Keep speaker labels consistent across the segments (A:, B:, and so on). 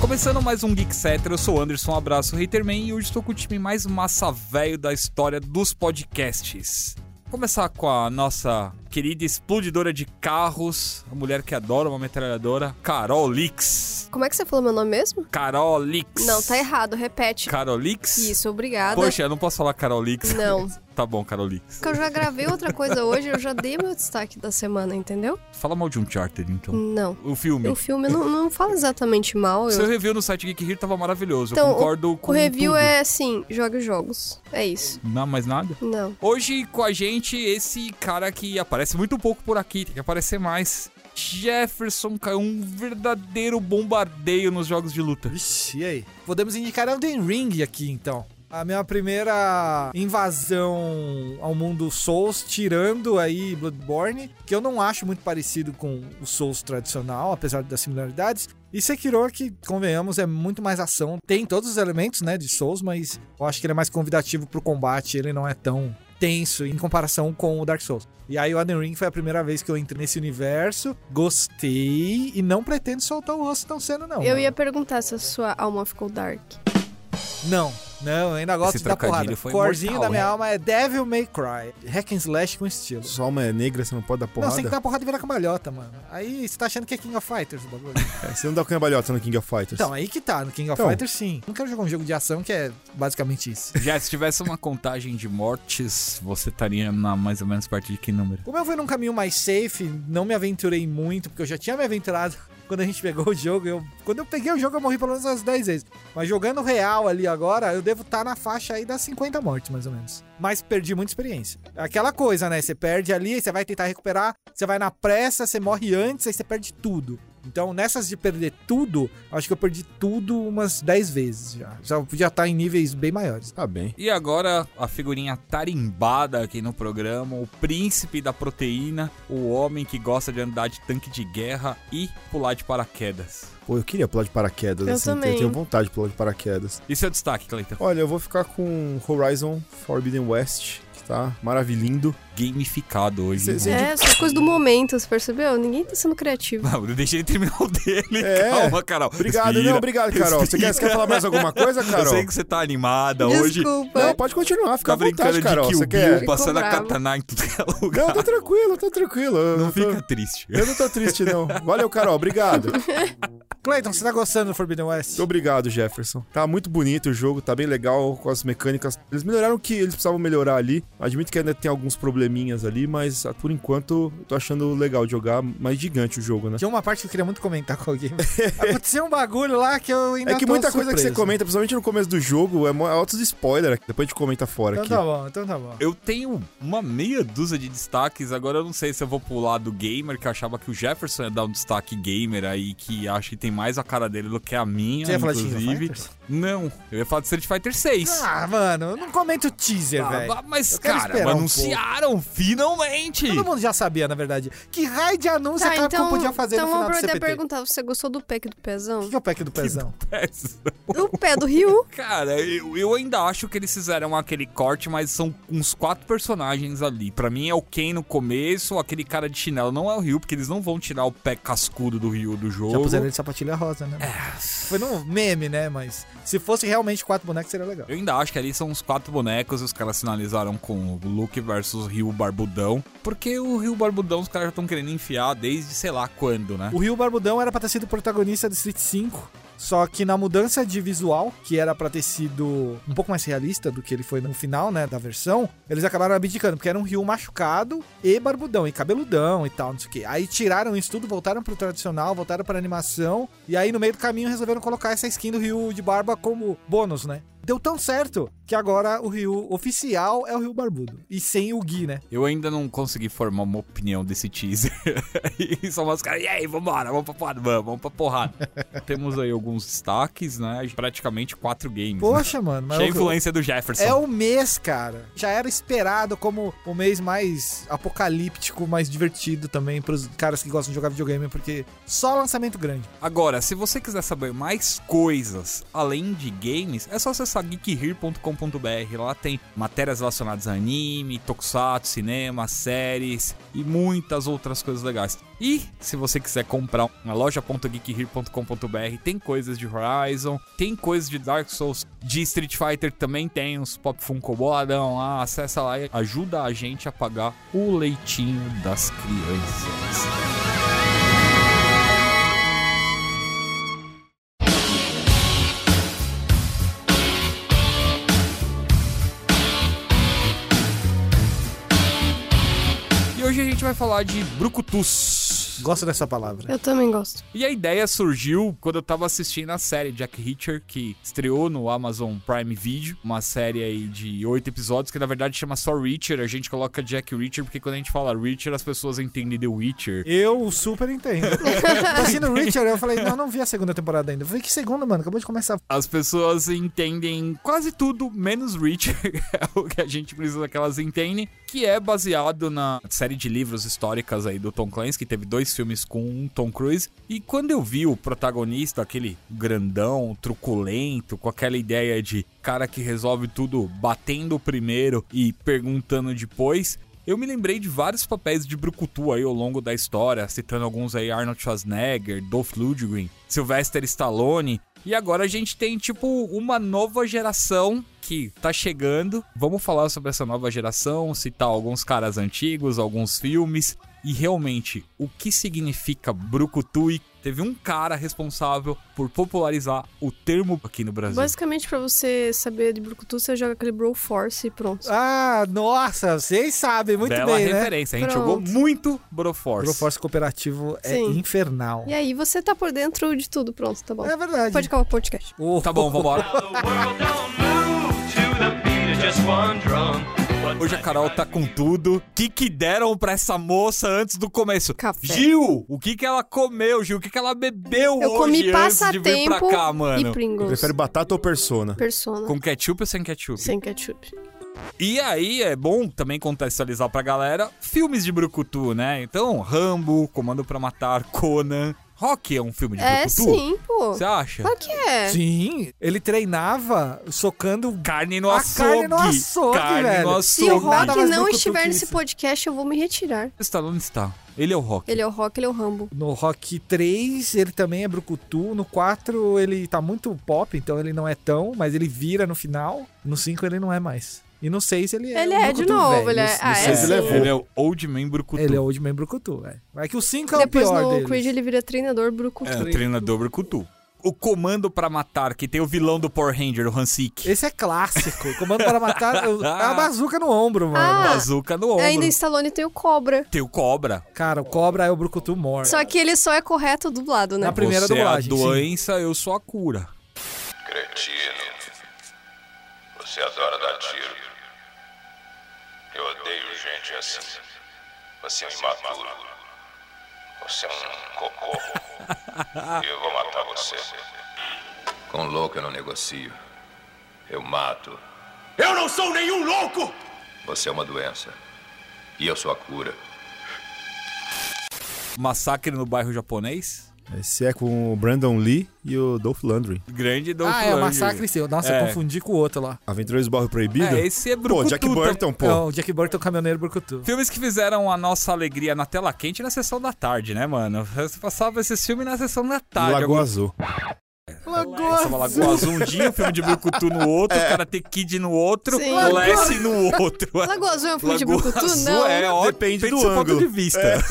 A: Começando mais um Geek Cetera, eu sou o Anderson, um abraço Haterman e hoje estou com o time mais massa velho da história dos podcasts. Vou Começar com a nossa querida explodidora de carros, a mulher que adora uma metralhadora, Carol Lix.
B: Como é que você falou meu nome mesmo?
A: Carol Lix.
B: Não, tá errado, repete.
A: Carol Lix?
B: Isso, obrigada.
A: Poxa, eu não posso falar Carol Lix.
B: Não.
A: tá bom, Carol Lix.
B: Porque eu já gravei outra coisa hoje, eu já dei meu destaque da semana, entendeu?
A: Fala mal de um charter, então.
B: Não.
A: O filme.
B: O filme não, não fala exatamente mal.
A: Seu
B: Eu...
A: review no site Geek Here tava maravilhoso.
B: Então,
A: eu concordo com
B: O review
A: tudo.
B: é assim, joga os jogos. É isso.
A: Não, mais nada?
B: Não.
A: Hoje com a gente, esse cara que aparece muito pouco por aqui, tem que aparecer mais. Jefferson caiu um verdadeiro bombardeio nos jogos de luta.
C: Vixe, e aí? Podemos indicar Elden Ring aqui, então. A minha primeira invasão ao mundo Souls, tirando aí Bloodborne, que eu não acho muito parecido com o Souls tradicional, apesar das similaridades. E Sekiro, que, convenhamos, é muito mais ação. Tem todos os elementos, né, de Souls, mas eu acho que ele é mais convidativo pro combate, ele não é tão tenso em comparação com o Dark Souls. E aí o Elden Ring foi a primeira vez que eu entrei nesse universo, gostei e não pretendo soltar o rosto tão cedo, não.
B: Eu ia perguntar se a sua alma ficou dark.
C: Não, não, eu ainda gosto
A: Esse
C: de dar
A: trocadilho
C: porrada.
A: foi
C: O corzinho
A: mortal,
C: da minha
A: né?
C: alma é Devil May Cry. Hack and slash com estilo.
D: Sua alma é negra, você não pode dar
C: Não, você tem que
D: porrada?
C: dar porrada e virar cambalhota, mano. Aí você tá achando que é King of Fighters o bagulho.
D: É, Você não dá cambalhota no King of Fighters.
C: então, aí que tá, no King of
D: Então.
C: Fighters sim. Não quero jogar um jogo de ação que é basicamente isso.
A: Já, se tivesse uma contagem de mortes, você estaria na mais ou menos parte de que número?
C: Como eu fui num caminho mais safe, não me aventurei muito, porque eu já tinha me aventurado quando a gente pegou o jogo. Eu, quando eu peguei o jogo, eu morri pelo menos umas 10 vezes. Mas jogando real ali agora, eu devo estar na faixa aí das 50 mortes, mais ou menos. Mas perdi muita experiência. É Aquela coisa, né? Você perde ali, você vai tentar recuperar, você vai na pressa, você morre antes, aí você perde tudo. Então, nessas de perder tudo, acho que eu perdi tudo umas 10 vezes já. Já podia estar em níveis bem maiores.
D: Tá bem.
A: E agora, a figurinha tarimbada aqui no programa, o príncipe da proteína, o homem que gosta de andar de tanque de guerra e pular de paraquedas.
D: Pô, eu queria pular de paraquedas.
B: Eu
D: assim,
B: também.
D: Eu tenho vontade de pular de paraquedas.
A: E seu destaque, Cleiton?
D: Olha, eu vou ficar com Horizon Forbidden West, que tá maravilhindo.
A: Gamificado hoje.
D: Cê- cê-
B: É, só coisa do momento, você percebeu? Ninguém tá sendo criativo.
A: Não, deixa ele terminar o dele.
D: É.
A: Calma, Carol.
D: Obrigado,
A: Respira.
D: não, obrigado, Carol. Você quer, você quer falar mais alguma coisa,
A: Eu
D: Carol?
A: sei que você tá animada hoje.
B: Desculpa.
D: Não, pode continuar,
A: Fica
D: fica à
A: brincando
D: vontade, Carol.
A: de Kill
D: Você
A: Bill,
D: quer...
B: Ficou
A: passando a
B: bravo.
A: katana em tudo que é
D: Não,
A: lugar.
D: tá tranquilo, tá tranquilo. Eu
A: Não
D: tô-
A: fica triste.
D: Eu não tô triste, não. Valeu, Carol. Obrigado.
C: Clayton, você tá gostando do Forbidden West?
D: Muito Obrigado, Jefferson. Tá muito bonito o jogo, tá bem legal com as mecânicas. Eles melhoraram o que eles precisavam melhorar ali. Admito que ainda tem alguns probleminhas ali, mas ah, por enquanto eu tô achando legal de jogar mais gigante o jogo, né?
C: Tinha uma parte que eu queria muito comentar com alguém. Aconteceu um bagulho lá que eu ainda tá
D: É que
C: tô
D: muita coisa que você
C: surpreso.
D: comenta, principalmente no começo do jogo, é mo- é altos spoiler. Depois a gente comenta fora
C: Então
D: aqui.
C: tá bom, então tá bom.
A: Eu tenho uma meia dúzia de destaques. Agora eu não sei se eu vou pular do gamer, que eu achava que o Jefferson ia dar um destaque gamer aí, que acho que tem mais a cara dele do que a minha,
C: Você ia falar de King of
A: inclusive.
C: Fighters?
A: não, eu ia falar de Street Fighter 6.
C: Ah, mano, eu não comenta o teaser, velho.
A: mas,
C: eu quero
A: cara,
C: esperar um
A: anunciaram finalmente!
C: Todo mundo já sabia, na verdade. Que raio de anúncio
B: Tá,
C: a Capcom
B: então,
C: podia fazer
B: então
C: no final
B: vamos
C: do
B: até
C: CPT?
B: perguntar, você gostou do pack do
C: O
B: pezão?
C: que é o pack do pezão?
B: Do pé do Ryu?
A: Cara, eu, eu ainda acho que eles fizeram aquele corte, mas são uns quatro personagens ali. Pra mim é o Ken no começo, aquele cara de chinelo não é o Ryu, porque eles não vão tirar o pé cascudo do Ryu do jogo.
C: Já puseram ele de sapatilha rosa, né?
D: É.
C: Foi num meme, né? Mas se fosse realmente quatro bonecos, seria legal.
A: Eu ainda acho que ali são uns quatro bonecos, os caras sinalizaram com o Luke versus Ryu Barbudão. Porque o Ryu Barbudão os caras já estão querendo enfiar desde sei lá quando, né?
C: O Rio Barbudão era pra ter sido o protagonista do Street 5. Só que na mudança de visual, que era pra ter sido um pouco mais realista do que ele foi no final, né, da versão, eles acabaram abdicando, porque era um Ryu machucado e barbudão, e cabeludão e tal, não sei o quê. Aí tiraram isso tudo, voltaram pro tradicional, voltaram pra animação, e aí no meio do caminho resolveram colocar essa skin do Ryu de barba como bônus, né? Deu tão certo que agora o Ryu oficial é o Ryu barbudo, e sem o Gui, né?
A: Eu ainda não consegui formar uma opinião desse teaser. e só os caras, e aí, vambora, vamos pra porrada, vamos, vamos pra porrada. Temos aí alguns destaques, né? Praticamente quatro games. né?
C: Poxa, mano, mas
A: Cheia a
C: o-
A: influência do Jefferson.
C: É o mês, cara. Já era esperado como o mês mais apocalíptico, mais divertido também pros caras que gostam de jogar videogame, porque só lançamento grande.
A: Agora, se você quiser saber mais coisas além de games, é só acessar geekhere.com.br www.nerdcast.com.br. Lá tem matérias relacionadas a anime, tokusatsu, cinema, séries e muitas outras coisas legais. E se você quiser comprar na loja.geekhere.com.br, tem coisas de Horizon, tem coisas de Dark Souls, de Street Fighter também tem uns Pop Funko Boladão lá, acessa lá e ajuda a gente a pagar o leitinho das crianças. E hoje a gente vai falar de Brucutus.
C: Gosto dessa palavra.
B: Eu também gosto.
A: E a ideia surgiu quando eu tava assistindo a série Jack Reacher, que estreou no Amazon Prime Video, uma série aí de oito episódios, que na verdade chama só Reacher, a gente coloca Jack Reacher, porque quando a gente fala Reacher, as pessoas entendem The Witcher.
C: Eu super entendo. Eu Assim no Richard, eu falei, não, não vi a segunda temporada ainda. Eu falei, que segunda, mano? Acabou de começar.
A: As pessoas entendem quase tudo, menos Reacher, é o que a gente precisa que elas entendem, que é baseado na série de livros históricas aí do Tom Clancy, que teve dois filmes com um Tom Cruise, e quando eu vi o protagonista, aquele grandão, truculento, com aquela ideia de cara que resolve tudo batendo primeiro e perguntando depois. Eu me lembrei de vários papéis de Brucutu aí ao longo da história, citando alguns aí Arnold Schwarzenegger, Dolph Lundgren, Sylvester Stallone. E agora a gente tem tipo uma nova geração que tá chegando. Vamos falar sobre essa nova geração, citar alguns caras antigos, alguns filmes e realmente o que significa Brucutu e teve um cara responsável por popularizar o termo aqui no Brasil.
B: Basicamente, pra você saber de Brucutu, você joga aquele Brawl Force e pronto.
C: Ah, nossa, vocês sabem muito
A: Bela
C: bem, né?
A: referência. A gente
B: Pronto.
A: jogou muito Broforce.
C: Proforce cooperativo é
B: Sim.
C: infernal.
B: E aí você tá por dentro de tudo, pronto, tá bom.
C: É verdade.
B: Pode acabar o podcast.
C: Oh,
A: Tá bom, vambora.
E: The world don't move to the beat of just one drum. But
A: Hoje a Carol tá com tudo. O que, que deram pra essa moça antes do começo?
B: Café.
A: Gil! O que, que ela comeu, Gil? O que, que ela bebeu
B: Eu
A: hoje
B: comi
A: antes de vir pra
B: passatempo
A: cá,
B: e
A: mano?
B: Pringles.
D: Prefere batata ou persona?
B: Persona.
A: Com ketchup ou sem ketchup?
B: Sem ketchup.
A: E aí é bom também contextualizar pra galera filmes de brucutu, né? Então, Rambo, Comando pra Matar, Conan. Rock é um filme de
B: É
A: brucutu?
B: sim, pô.
A: Você acha?
B: Claro que é.
C: Sim, ele treinava socando.
A: Carne no
C: A
A: açougue.
C: carne no açougue,
A: Carne
C: velho.
A: no
B: Se o
A: açougue.
C: nada
B: Rock
C: mais
B: não
C: brucutu
B: estiver
C: que
B: nesse
C: isso.
B: podcast, eu vou me retirar.
A: Stallone está. Ele é o Rock.
B: Ele é o Rock, ele é o Rambo.
C: No Rock 3, ele também é brucutu. No 4, ele tá muito pop, então ele não é tão, mas ele vira no final. No 5, ele não é mais. E no 6, ele é
B: Ele
C: um
B: é de
C: brucutu,
B: novo,
C: velho.
B: ele é-
C: No- no
B: ah,
D: é
C: seis,
D: sim.
C: ele é
A: Ele
C: vô.
A: é o Old Man Brucutu.
C: Ele é Old Man Brucutu, velho. É que o 5 é
B: Depois
C: o pior
B: no
C: deles.
B: Creed ele vira treinador Brucutu.
A: É, o treinador Brucutu. O Comando pra Matar, que tem o vilão do Power Ranger, o Hansik.
C: Esse é clássico. Comando para matar. eu- É a bazuca no ombro, mano.
B: Ah,
A: Bazuca no ombro.
B: Ainda em Stallone tem o Cobra.
A: Tem o Cobra.
C: Cara, o cobra é o Brucutu morto.
B: Só que ele só é correto dublado, né?
C: Na primeira
A: Você
C: dublagem,
A: é a
C: sim.
A: doença, eu sou a cura.
F: Cretino. Você adora dar tiro. Eu odeio gente assim. Você é um imaturo. Você é um cocô. E eu vou matar você. Com louco eu não negocio. Eu mato.
E: Eu não sou nenhum louco!
F: Você é uma doença. E eu sou a cura.
A: Massacre no bairro japonês.
D: Esse é com o Brandon Lee e o Dolph Lundgren.
A: Grande Dolph
C: Ah, é, o
A: Lundgren.
C: Massacre Seu. Nossa,
A: É.
C: eu confundi com o outro lá.
D: Aventureiros do Barro Proibido?
A: É, esse é
D: Pô,
A: Brucutu.
D: Jack Burton, pô.
C: É o Jack Burton, caminhoneiro Brucutu.
A: Filmes que fizeram a nossa alegria na tela quente e na sessão da tarde, né, mano? Você passava esses filmes na sessão da tarde.
D: Lagoa Azul.
A: Passava Lagoa Azul um dia, um filme de Brucutu no outro,
D: É.
A: Karate Kid no outro,
B: Sim.
A: Lessie no outro.
B: Lagoa Azul é um filme de
A: Lagoa
B: Brucutu?
A: Azul
B: Não.
A: É, ó,
D: Depende do
A: ponto
D: ângulo. É.
A: de vista.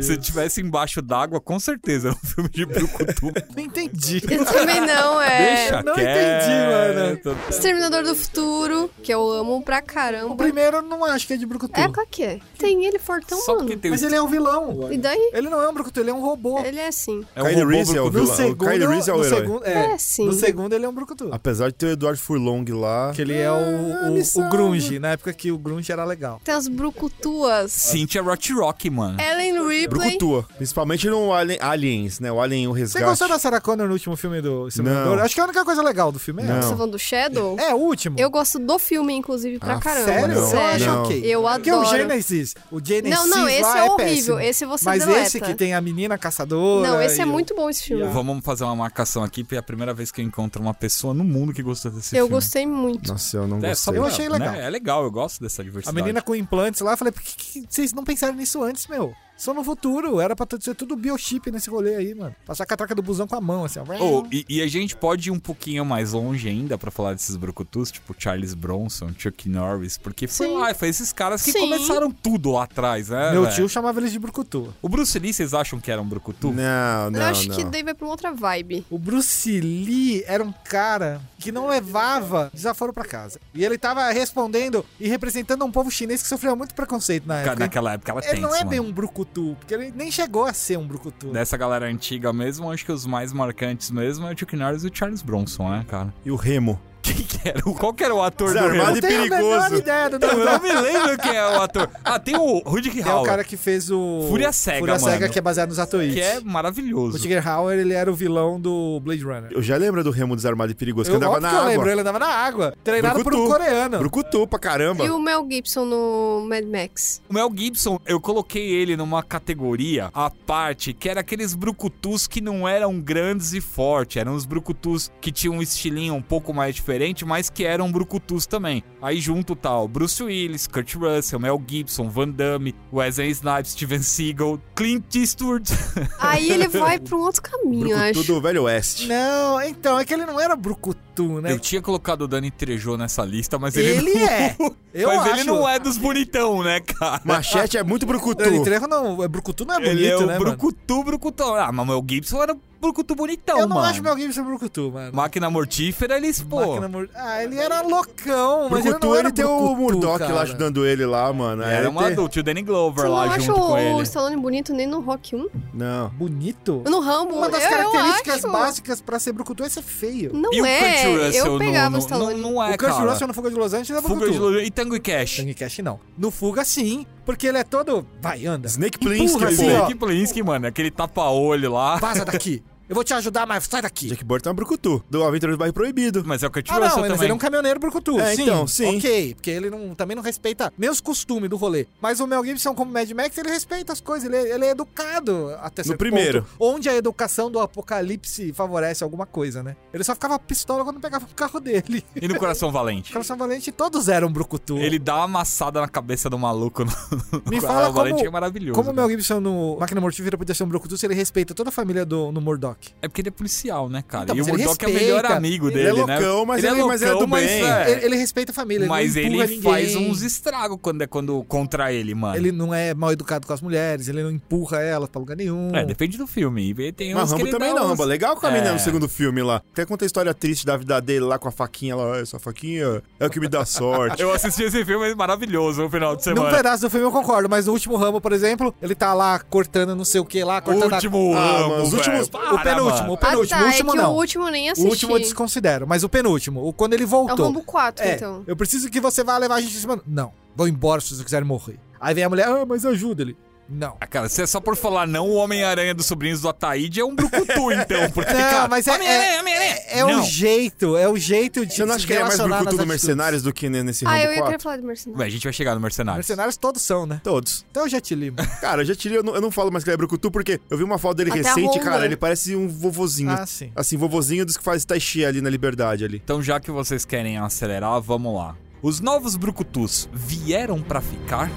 A: Se tivesse embaixo d'água, com certeza era um filme de Brucutu.
C: Não entendi.
B: Eu também não, é.
A: Deixa
C: não
A: quieto.
B: Exterminador do Futuro, que eu amo pra caramba.
C: O primeiro eu não acho que é de Brucutu.
B: É, claro que é. Tem ele fortão,
A: Só
B: mano.
A: porque tem
C: Mas ele é um vilão.
B: E daí?
C: Ele não é um Brucutu, ele é um robô.
B: Ele é assim.
A: é um
D: Kyle
A: robô
D: Reese é o
A: Brucutu.
D: vilão. O Kyle Reese é o
C: no
D: herói.
C: segundo-
B: É,
C: é.
B: sim.
C: No segundo ele é um Brucutu.
D: Apesar de ter o Eduardo Furlong lá.
C: Que ele é o, o,
D: missão.
C: o grunge, na época que o grunge era legal.
B: Tem as brucutuas.
A: Cynthia Rothrock, mano.
B: Ellen Ripley.
D: Brucutua. Principalmente no Alien- Aliens, né? O Alien, o
C: Você
D: resgate.
C: gostou da Sarah Connor no último filme do Exterminador?
D: Não.
C: Acho que a única coisa legal do filme é
D: Não.
C: essa.
B: Você tá falando do Shadow?
C: É, o último.
B: Eu gosto do filme, inclusive, pra
D: Ah,
B: caramba.
C: Sério?
D: Não,
C: Eu acho
D: não.
C: ok.
B: Eu
C: Porque o
B: adoro.
C: Genesis, o Genesis
B: Não, não, esse
C: lá
B: é
C: é,
B: horrível.
C: péssimo.
B: Esse você
C: Mas
B: deleta.
C: esse que tem a menina caçadora...
B: Não, esse é
C: e o-
B: muito bom esse filme.
A: Vamos fazer uma marcação aqui, porque é a primeira vez que eu encontro uma pessoa no mundo que gostou desse
B: Eu
A: filme.
B: gostei muito.
D: Nossa, eu não
A: É, só
D: gostei.
A: pra-
C: Eu achei
A: né?
C: legal.
A: É legal, eu gosto dessa
C: A
A: diversidade.
C: menina com implantes lá, eu falei, por que, que vocês não pensaram nisso antes, meu? Só no futuro, era pra ser tudo biochip nesse rolê aí, mano. Passar a catraca do busão com a mão, assim, ó.
A: Oh, e, e a gente pode ir um pouquinho mais longe ainda pra falar desses brucutus, tipo Charles Bronson, Chuck Norris, porque foi
B: Sim.
A: lá, foi esses caras que
B: Sim.
A: começaram tudo lá atrás, né?
C: Meu
A: velho?
C: tio chamava eles de brucutu.
A: O Bruce Lee, vocês acham que era um brucutu?
D: Não, não,
B: eu acho que
D: não.
B: daí vai pra uma outra vibe.
C: O Bruce Lee era um cara que não levava desaforo pra casa. E ele tava respondendo e representando um povo chinês que sofreu muito preconceito na
A: Cara,
C: época.
A: Naquela época ela
C: Ele
A: tem.
C: não é bem um brucutu, porque ele nem chegou a ser um brucutu.
A: Dessa galera antiga mesmo, acho que os mais marcantes mesmo é o Chuck Norris e o Charles Bronson, né, cara?
D: E o Remo?
A: Quem que era? o- Qual que era o ator do
D: Desarmado
A: Remo?
D: e
C: não tenho a menor
D: perigoso.
C: ideia do
A: Eu
C: nome.
A: não me lembro quem é o ator. Ah, tem o Rudy
C: É o cara
A: Hauer,
C: que fez o...
A: Fúria Cega,
C: Fúria Cega,
A: mano.
C: que é baseado nos atuítes.
A: que é
C: O
A: maravilhoso.
C: Tiger Hauer, ele era o vilão do Blade Runner.
D: Eu já lembro do Remo desarmado e perigoso, que andava
C: óbvio
D: na
C: que eu
D: água.
C: lembro, né? ele andava na água. Treinado por um
D: Brucutu.
C: coreano.
D: Brucutu pra caramba.
B: E o Mel Gibson no Mad Max.
A: O Mel Gibson, eu coloquei ele numa categoria à parte, que era aqueles brucutus que não eram grandes e fortes. Eram os brucutus que tinham um estilinho um pouco mais diferente, mas que eram brucutus também. Aí junto tá o Bruce Willis, Kurt Russell, Mel Gibson, Van Damme, Wesley Snipes, Steven Seagal, Clint Eastwood.
B: Aí ele vai pra um outro caminho, eu
D: Brucutu
B: acho.
D: do Velho Oeste.
C: Não, então, é que ele não era brucutu, né?
A: Eu tinha colocado o Dani Trejô nessa lista, mas ele,
C: Ele
A: não...
C: é. Eu
A: mas
C: acho.
A: ele não é dos bonitão, né, cara?
D: Machete é muito brucutu.
C: Dani Trejo não, é brucutu não é bonito,
A: ele é o
C: né, mano?
A: brucutu, brucutão. Ah, mas o Mel Gibson era brucutu bonitão,
C: Eu não
A: mano.
C: acho Mel Gibson brucutu, mano.
A: Máquina mortífera, eles, pô.
C: Máquina mor- Ah, ele era loucão, mas ele
D: Brucutu,
C: não
D: ele,
C: era
D: tem o
C: brucutu,
D: Murdoch
C: cara.
D: lá ajudando ele lá, mano. Aí
A: Era
D: ele
A: um
D: tem-
A: adulto, e o Danny Glover
B: Você não
A: lá
B: acha
A: junto com
B: o
A: ele.
B: Stallone bonito nem no Rock 1?
D: Não.
C: Bonito?
B: No Rambo,
C: Uma das
B: eu,
C: características
B: eu acho.
C: básicas pra ser brucutu é ser feio.
B: Não
A: E o
B: é,
A: Kurt Russell
B: eu pegava
A: no, no,
B: o Stallone.
A: Não, não é,
C: o Kurt
A: cara.
C: Russell no Fuga de Los Angeles é brucutu.
A: Fuga de Lula e Tango e Cash.
C: Tango e Cash não. No Fuga sim, porque ele é todo... Vai, anda.
D: Snake
C: Empurra
D: Plissken,
C: assim,
D: pô.
C: ó.
A: Blake Blinsky, mano, aquele tapa-olho lá.
C: Vaza daqui. Eu vou te ajudar, mas sai daqui.
D: Jack Burton é um brucutu. Do Aventura do Bairro Proibido.
A: Mas é o Kurt
C: Ah, não,
A: Russell
C: mas
A: também.
C: ele é um caminhoneiro brucutu.
D: É,
C: sim,
D: então, sim.
C: Ok, porque ele não, também não respeita nem os costumes do rolê. Mas o Mel Gibson, como Mad Max, ele respeita as coisas, ele é, ele é educado até certo
D: primeiro.
C: ponto. Onde a educação do apocalipse favorece alguma coisa, né? Ele só ficava pistola quando pegava o carro dele.
A: E no Coração
C: O
A: Valente.
C: Carlos Valente, todos eram brucutu.
A: Ele dá uma amassada na cabeça do maluco no, no Coração
C: Me fala como-
A: Valente, é maravilhoso.
C: Como o
A: cara.
C: Mel Gibson no Máquina Mortífera podia ser um brucutu se ele respeita toda a família do, no Murdoch.
A: É porque ele é policial, né, cara?
C: Então,
A: e o
C: mas ele
A: Murdoch é o
C: respeita.
A: melhor amigo
D: Ele é
A: dele, né?
D: loucão, mas ele- mas ele é do
A: mas,
D: bem.
A: é,
C: Ele, ele respeita a família, ele
A: mas
C: não
A: ele
C: empurra
A: faz
C: ninguém.
A: uns estragos quando é quando contra ele, mano.
C: Ele não é mal educado com as mulheres, ele não empurra elas pra lugar nenhum.
A: É, depende do filme. E tem
D: Mas
A: uns que
D: Rambo
A: ele dá
D: também não,
A: uns-
D: Rambo. é Legal com a menina
A: É.
D: no segundo filme lá. Até conta a história triste da vida dele lá com a faquinha lá. "Ah, Essa faquinha é o que me dá sorte.
A: Eu assisti esse filme é maravilhoso no final de
C: Num
A: semana.
C: pedaço do filme eu concordo, mas no último ramo, por exemplo, ele tá lá cortando não sei o que lá, cortando a-
A: último
D: Ah,
A: Rambo,
D: mano, os últimos-
A: velho.
C: O
A: Para,
C: penúltimo, o
A: mano.
C: penúltimo,
B: ah, tá,
C: o último
B: é que
C: não.
B: o último eu nem
C: O
B: assisti.
C: último eu desconsidero, mas o penúltimo, o quando ele
B: É o
C: voltou.
B: Rambo 4,
C: É,
B: então.
C: eu preciso que você vá levar a gente em cima. Não, vou embora se você quiser morrer. Aí vem a mulher, ah, mas ajuda ele. Não.
A: Ah, cara, se é só por falar não, o Homem-Aranha dos Sobrinhos do Ataíde é um brucutu, então. Porque,
C: Não,
A: cara,
C: mas é-
A: Homem-Aranha,
C: é-
A: Homem-Aranha.
C: É o
A: Não.
C: jeito, é o jeito de
D: Você não acha que ele é mais
C: relacionar
D: brucutu
C: nas
D: do
C: atitudes.
D: Mercenários do que nesse
B: Ah, eu
D: Rambo
B: ia querer
D: 4?
B: falar do Mercenário.
A: Ué, a gente vai chegar no Mercenários.
C: Mercenários todos são, né?
D: Todos.
C: Então eu já te limo.
D: Cara, eu já tirei, eu não, eu não falo mais que ele é brucutu, porque eu vi uma foto dele
B: Até a
D: recente,
B: Honda.
D: cara, ele parece um vovozinho.
C: ah, sim.
D: Assim, vovozinho dos que faz tai chi ali na Liberdade ali.
A: Então, já que vocês querem acelerar, vamos lá. Os novos brucutus vieram pra ficar?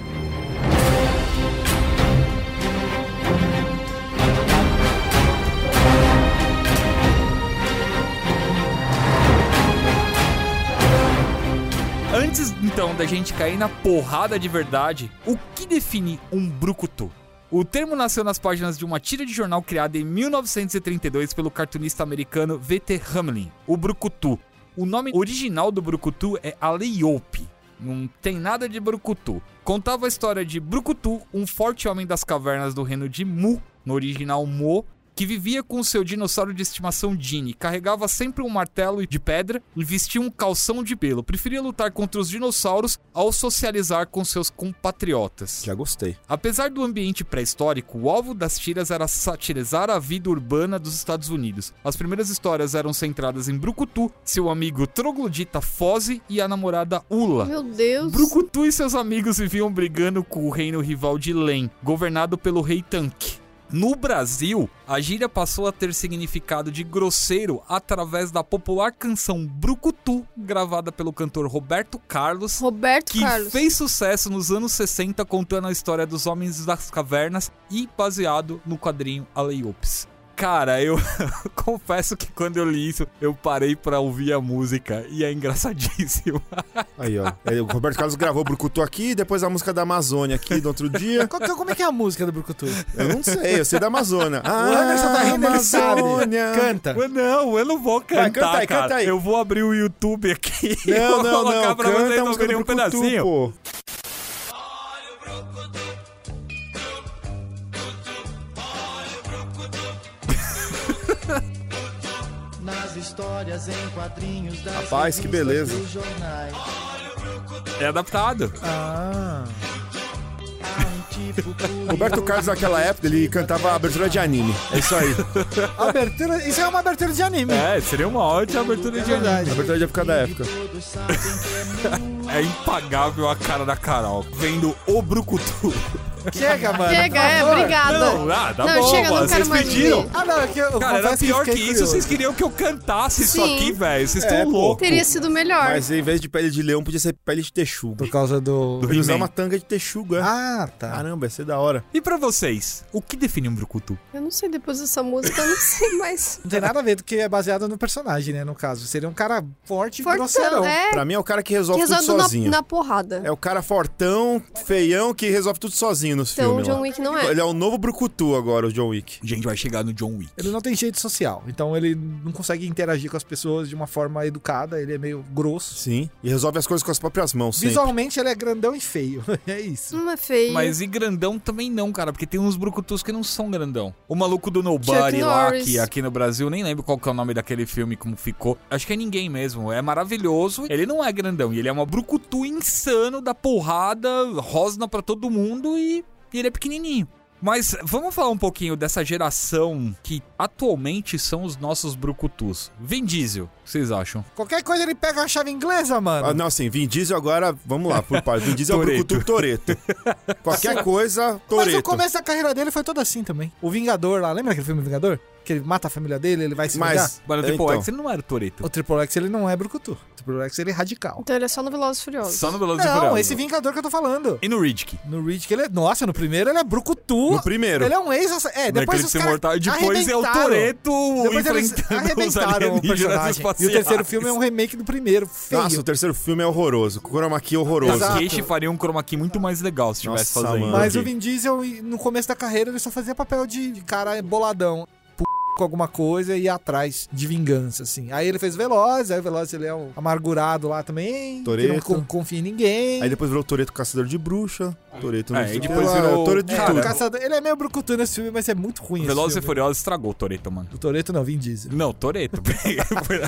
A: Antes então da gente cair na porrada de verdade, o que define um brucutu? O termo nasceu nas páginas de uma tira de jornal criada em 1932 pelo cartunista americano V.T. Hamlin, o brucutu. O nome original do brucutu é Aleiope. Não tem nada de brucutu. Contava a história de Brucutu, um forte homem das cavernas do reino de Mu, no original Mo, que vivia com seu dinossauro de estimação Dini, carregava sempre um martelo de pedra e vestia um calção de pelo. Preferia lutar contra os dinossauros ao socializar com seus compatriotas.
D: Já gostei.
A: Apesar do ambiente pré-histórico, o alvo das tiras era satirizar a vida urbana dos Estados Unidos. As primeiras histórias eram centradas em Brucutu, seu amigo troglodita Fozzie e a namorada Ula.
B: Meu Deus.
A: Brucutu e seus amigos viviam brigando com o reino rival de Len, governado pelo rei Tanque. No Brasil, a gíria passou a ter significado de grosseiro através da popular canção Brucutu, gravada pelo cantor Roberto Carlos,
B: Roberto
A: que
B: Carlos.
A: fez sucesso nos anos 60 contando a história dos Homens das Cavernas e baseado no quadrinho Aleiopes. Cara, eu confesso que quando eu li isso, eu parei pra ouvir a música e é engraçadíssimo.
D: Aí, ó. Aí, o Roberto Carlos gravou Brucutu aqui, depois a música da Amazônia aqui do outro dia.
C: Qual que- como é que é a música do Brucutu?
D: Eu não sei, eu sei da Amazônia. Ah,
C: Anderson tá rindo, ele sabe.
D: Amazônia.
C: Canta.
A: Mas não, eu não vou cantar,
D: canta aí,
A: cara.
D: canta aí.
A: Eu vou abrir o YouTube aqui e
D: Não,
A: vou
D: não,
A: colocar
D: não.
A: pra
D: Canta
A: vocês
D: a música
A: ouvirem
D: do
A: um
D: Brucutu,
A: pedacinho.
D: pô.
G: Nas histórias em quadrinhos das
D: Rapaz, que
G: revistas
D: beleza.
G: dos jornais,
A: É adaptado.
C: Ah.
G: há um tipo curioso
D: Roberto Carlos, naquela época, ele cantava abertura de anime. É isso aí.
C: Abertura, isso é uma abertura de anime.
A: É, seria uma ótima abertura de anime.
C: verdade.
D: Abertura de época da época.
G: Todos sabem que é muito
A: É impagável a cara da Carol vendo o Brucutu.
C: Chega, mano.
B: Chega,
C: por
B: é,
C: favor.
B: obrigada.
A: Não, ah, tá bom,
B: chega,
A: mano,
B: não quero
A: vocês
B: mais
A: pediram.
B: ouvir.
C: Ah, não, é que eu
A: Cara, era
C: confesso
A: pior que,
C: que,
A: isso, vocês queriam que eu cantasse isso
B: Sim.
A: aqui, velho. Vocês
D: É,
A: estão
D: pô.
A: loucos.
B: Teria sido melhor.
D: Mas em vez de pele de leão, podia ser pele de texugo.
C: Por causa do...
D: Ele usar
A: He-Man.
D: uma tanga de texugo, é.
C: Ah, tá.
D: Caramba, ia ser da hora.
A: E pra vocês, o que define um Brucutu?
B: Eu não sei, depois dessa música, eu não sei mais.
C: Não tem nada a ver do que é baseado no personagem, né, no caso. Seria um cara forte e grosseirão.
B: Fortão, é.
D: Pra mim é o cara que
B: Que
D: resolve tudo
B: resolve na,
D: sozinho.
B: na porrada.
A: um
D: É o cara fortão, feião, que resolve tudo sozinho nos
B: então, o
D: filmes. lá.
B: John Wick não é.
D: Ele é o novo Brucutu agora, o John Wick.
A: A gente vai chegar no John Wick.
C: Ele não tem jeito social, então ele não consegue interagir com as pessoas de uma forma educada, ele é meio grosso.
D: Sim. E resolve as coisas com as próprias mãos, sim.
C: Visualmente ele é grandão e feio, é isso.
B: Não é feio.
A: Mas e grandão também não, cara, porque tem uns brucutus que não são grandão. O maluco do Nobody
B: Chuck
A: lá,
B: Norris.
A: que aqui no Brasil, nem lembro qual que é o nome daquele filme, como ficou. Acho que é ninguém mesmo. É maravilhoso. Ele não é grandão, e ele é uma brucutu insano da porrada, rosna pra todo mundo e, e ele é pequenininho. Mas vamos falar um pouquinho dessa geração que atualmente são os nossos brucutus. Vin Diesel, o que vocês acham?
C: Qualquer coisa ele pega uma chave inglesa, mano.
D: Ah, não, assim, Vin Diesel agora, vamos lá, por parte. Vin Diesel é o
A: Toretto.
D: Brucutu Toreto. Qualquer coisa,
C: Mas o é
D: Toreto.
C: começo da carreira dele foi todo assim também. O Vingador lá, lembra aquele filme Vingador? Que ele mata a família dele, ele vai se vingar?
D: Mas,
A: Mas o Triple
D: então,
A: X tipo, ele não era o Toreto.
C: O Triple X ele não é brucutu. O Triple X ele é radical.
B: Então ele é só no Velozes e Furiosos.
A: Só no Velozes e
C: Não,
A: Furiosos.
C: esse Vingador que eu tô falando.
A: E no Riddick.
C: No Reed, que ele é. Nossa, no primeiro ele é brucutu.
D: no primeiro.
C: Ele é um ex É, depois
A: Depois
C: os
A: ser
C: caras
A: mortal e depois é o
C: arrebentaram.
A: Toreto
C: Depois eles
A: enfrentando os
C: arrebentaram o
A: alienígenas
C: personagem. E o
A: espaciais.
C: terceiro filme é um remake do primeiro. Feio.
D: Nossa, o terceiro filme é horroroso. O Chroma Key é horroroso.
A: O
C: Exato.
A: Queixe faria um chroma key muito mais legal se tivesse
D: Nossa,
A: fazendo.
D: mano.
C: Mas
D: ok.
C: o Vin Diesel, no começo da carreira, ele só fazia papel de de cara boladão. p- Com alguma coisa e ia atrás de vingança, assim. Aí ele fez Veloz, aí o Veloz ele é um amargurado lá também. Que não
D: Toretto.
C: co- confia em ninguém.
D: Aí depois virou Toreto Caçador de Bruxa. Toreto
A: É,
D: não
A: e
D: sei o que
A: depois
D: lá,
A: virou-
D: o Toreto de
C: É,
A: Cara,
C: o
D: tudo.
C: caçador, ele é meio brucutu nesse filme, mas é muito ruim. esse
A: Velozes e
C: filme.
A: Furiosos estragou o Toreto, mano.
C: O Toreto não, Vin Diesel.
A: Não, Toreto.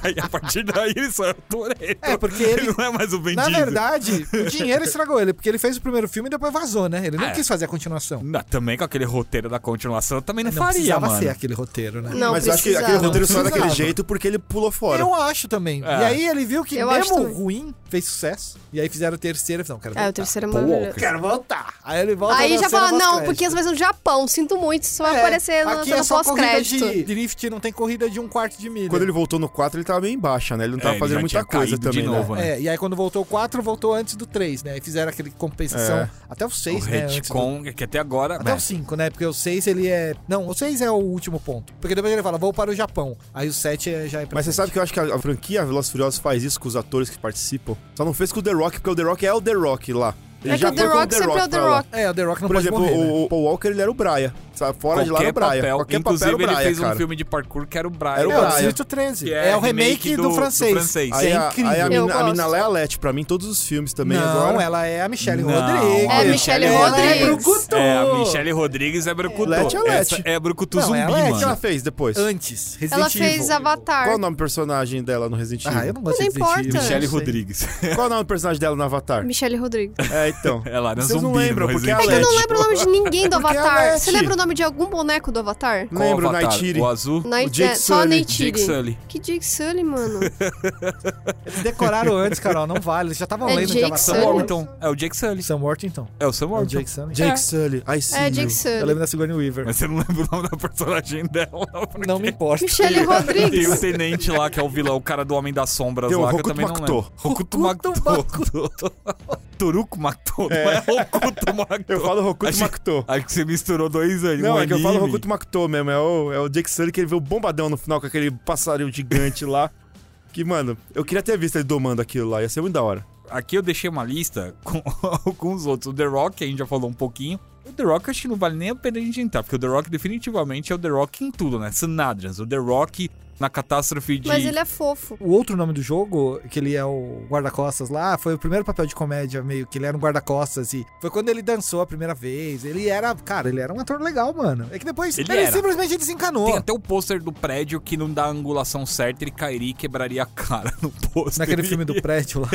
A: Aí, a partir daí ele só é o Toreto.
C: É, porque ele-
A: não é mais o Vin
C: Na
A: Diesel.
C: verdade, o dinheiro estragou ele, porque ele fez o primeiro filme e depois vazou, né? Ele não
A: É.
C: quis fazer a continuação.
A: Não, também com aquele roteiro da continuação, eu também não,
C: Não
A: faria,
C: precisava
A: mano.
C: ser aquele roteiro, né?
B: Não,
D: Mas eu acho que
B: precisava.
D: aquele roteiro só é
C: Precisava.
D: daquele jeito porque ele pulou fora.
C: Eu acho também.
A: É.
C: E aí ele viu que
B: Eu acho
C: mesmo
B: também.
C: ruim fez sucesso. E aí fizeram o terceiro e falou, não, quero
B: É,
C: voltar.
B: o terceiro é
A: Paul
B: maravilhoso.
A: Walker.
C: Quero voltar. Aí ele volta
B: Aí
C: na
B: já
C: cena
B: fala, não,
C: é pós-crédito.
B: porque as vezes no Japão, sinto muito, isso vai
C: É,
B: aparecer na
C: aqui
B: cena
C: é só corrida
B: pós-crédito.
C: de drift, não tem corrida de um quarto de milha.
D: Quando ele voltou no 4, ele tava bem baixa, né? Ele não
A: É,
D: tava
A: ele já
D: fazendo muita
A: tinha
D: coisa
A: caído de
D: também,
A: novo,
D: né?
A: né?
C: É, e aí quando voltou o 4, voltou antes do 3, né? E fizeram aquele compensação
D: É.
C: até o
A: O
C: 6, né? antes do-
A: retcon, que até agora...
C: Até o 5, né? Porque o 6 ele é. Não, o 6 é o último ponto. Porque depois ele fala, vou para o Japão. Aí o 7 é- já é pra
D: Mas você
C: frente.
D: sabe que eu acho que a, a franquia Velozes e Furiosos faz isso com os atores que participam. Só não fez com o The Rock, porque o The Rock é o The Rock lá. Ele
B: É que o
D: foi
B: The
D: com
B: Rock sempre é o The
D: pra lá.
B: Rock.
C: É, o The Rock não
D: Por
C: pode
D: exemplo,
C: morrer, né?
D: o, o Paul Walker, ele era o Brian. Sabe? Fora de lá era o Brian. Qualquer
A: Inclusive,
D: papel era o
A: ele
D: Braia,
A: fez
D: cara.
A: um filme de parkour que era o Brian.
D: Era o
A: É,
C: É o
D: Brian.
C: Distrito 13.
A: Que
C: é, o remake do, francês.
D: Aí,
C: É
D: a-
C: incrível.
D: aí a,
B: Eu
D: mina, a mina
B: gosto.
D: Lealete, pra mim, todos os filmes também
C: não,
D: agora.
C: ela é a Michelle
A: Não,
C: Rodrigues.
A: a É
B: Michelle
C: Ela É
B: Rodrigues.
C: Brucutu.
A: É, a Michelle Rodrigues é Brucutu.
D: Lete é Lete.
A: Essa é Brucutu
C: Não,
A: zumbi,
C: ela é
D: O que ela
A: mano.
D: fez depois?
C: Antes, Resident
B: Ela
C: Evil.
B: fez Avatar.
D: Qual o nome do personagem dela no Resident Evil?
C: Ah, eu não gosto
B: Não
C: de Resident Evil.
B: importa.
A: Michelle
B: Eu sei.
A: Rodrigues.
D: Qual o nome do personagem dela no Avatar?
B: Michelle Rodrigues.
D: É, então.
A: Ela era
D: Vocês
A: zumbi
D: não lembram,
A: no
D: porque
A: Resident
B: É
D: ela
B: que eu não lembro o nome de ninguém do
D: Porque ela
B: Avatar.
D: é
B: Você
D: Chi.
B: lembra o nome de algum boneco do Avatar?
A: Qual
D: Lembro,
A: avatar?
D: Nightiri.
A: O azul?
B: Night,
D: Jake
B: é, só a
D: Sully.
B: Neytiri.
A: Jake Sully.
B: Que Jake Sully, mano?
C: Eles decoraram antes, Carol, não vale. Eles já estavam
B: É
C: lendo Então, de
B: Jake
C: Avatar.
A: Sam
B: Sully.
A: Worthington. É o Jake Sully.
C: Sam Worthington.
A: É o Sam
C: É o
A: Worthington.
C: Jake Sully.
D: Jake
A: É.
D: Sully. I see
B: é,
D: you.
B: Jake
C: Eu
B: Sully.
C: lembro da Sigourney Weaver.
A: Mas você não lembra o nome da personagem dela. porque-
C: Não me importa.
B: Michelle
A: E
B: Rodrigues.
A: o tenente lá, que é o vilão, o cara do Homem das Sombras
D: Tem o
A: lá, que eu
D: Hokuto
A: também não lembro. Hokuto Makuto. Turuco Makuto. Não é Hokuto Makuto.
D: Eu falo Hokuto
A: Acho-
D: Makuto.
A: Acho que você misturou dois anos.
D: Não,
A: um
D: é que eu falo
A: anime.
D: Hokuto Makuto mesmo. É o, é o Jake Sully que ele veio bombadão no final com aquele passarinho gigante lá. Que, mano, eu queria ter visto ele domando aquilo lá. Ia ser muito da hora.
A: Aqui eu deixei uma lista com alguns outros. O The Rock, que a gente já falou um pouquinho. O The Rock acho que não vale nem a pena a gente entrar, porque o The Rock definitivamente é o The Rock em tudo, né? Sinadrians, o The Rock na catástrofe de...
B: Mas ele é fofo.
C: O outro nome do jogo, que ele é o guarda-costas lá, foi o primeiro papel de comédia meio que ele era um guarda-costas e foi quando ele dançou a primeira vez. Ele era, cara, ele era um ator legal, mano. É que depois
A: Ele
C: ele,
A: era.
C: simplesmente desencanou.
A: Tem até o pôster do prédio que não dá a angulação certa, ele cairia e quebraria a cara no pôster.
C: Naquele filme do prédio lá.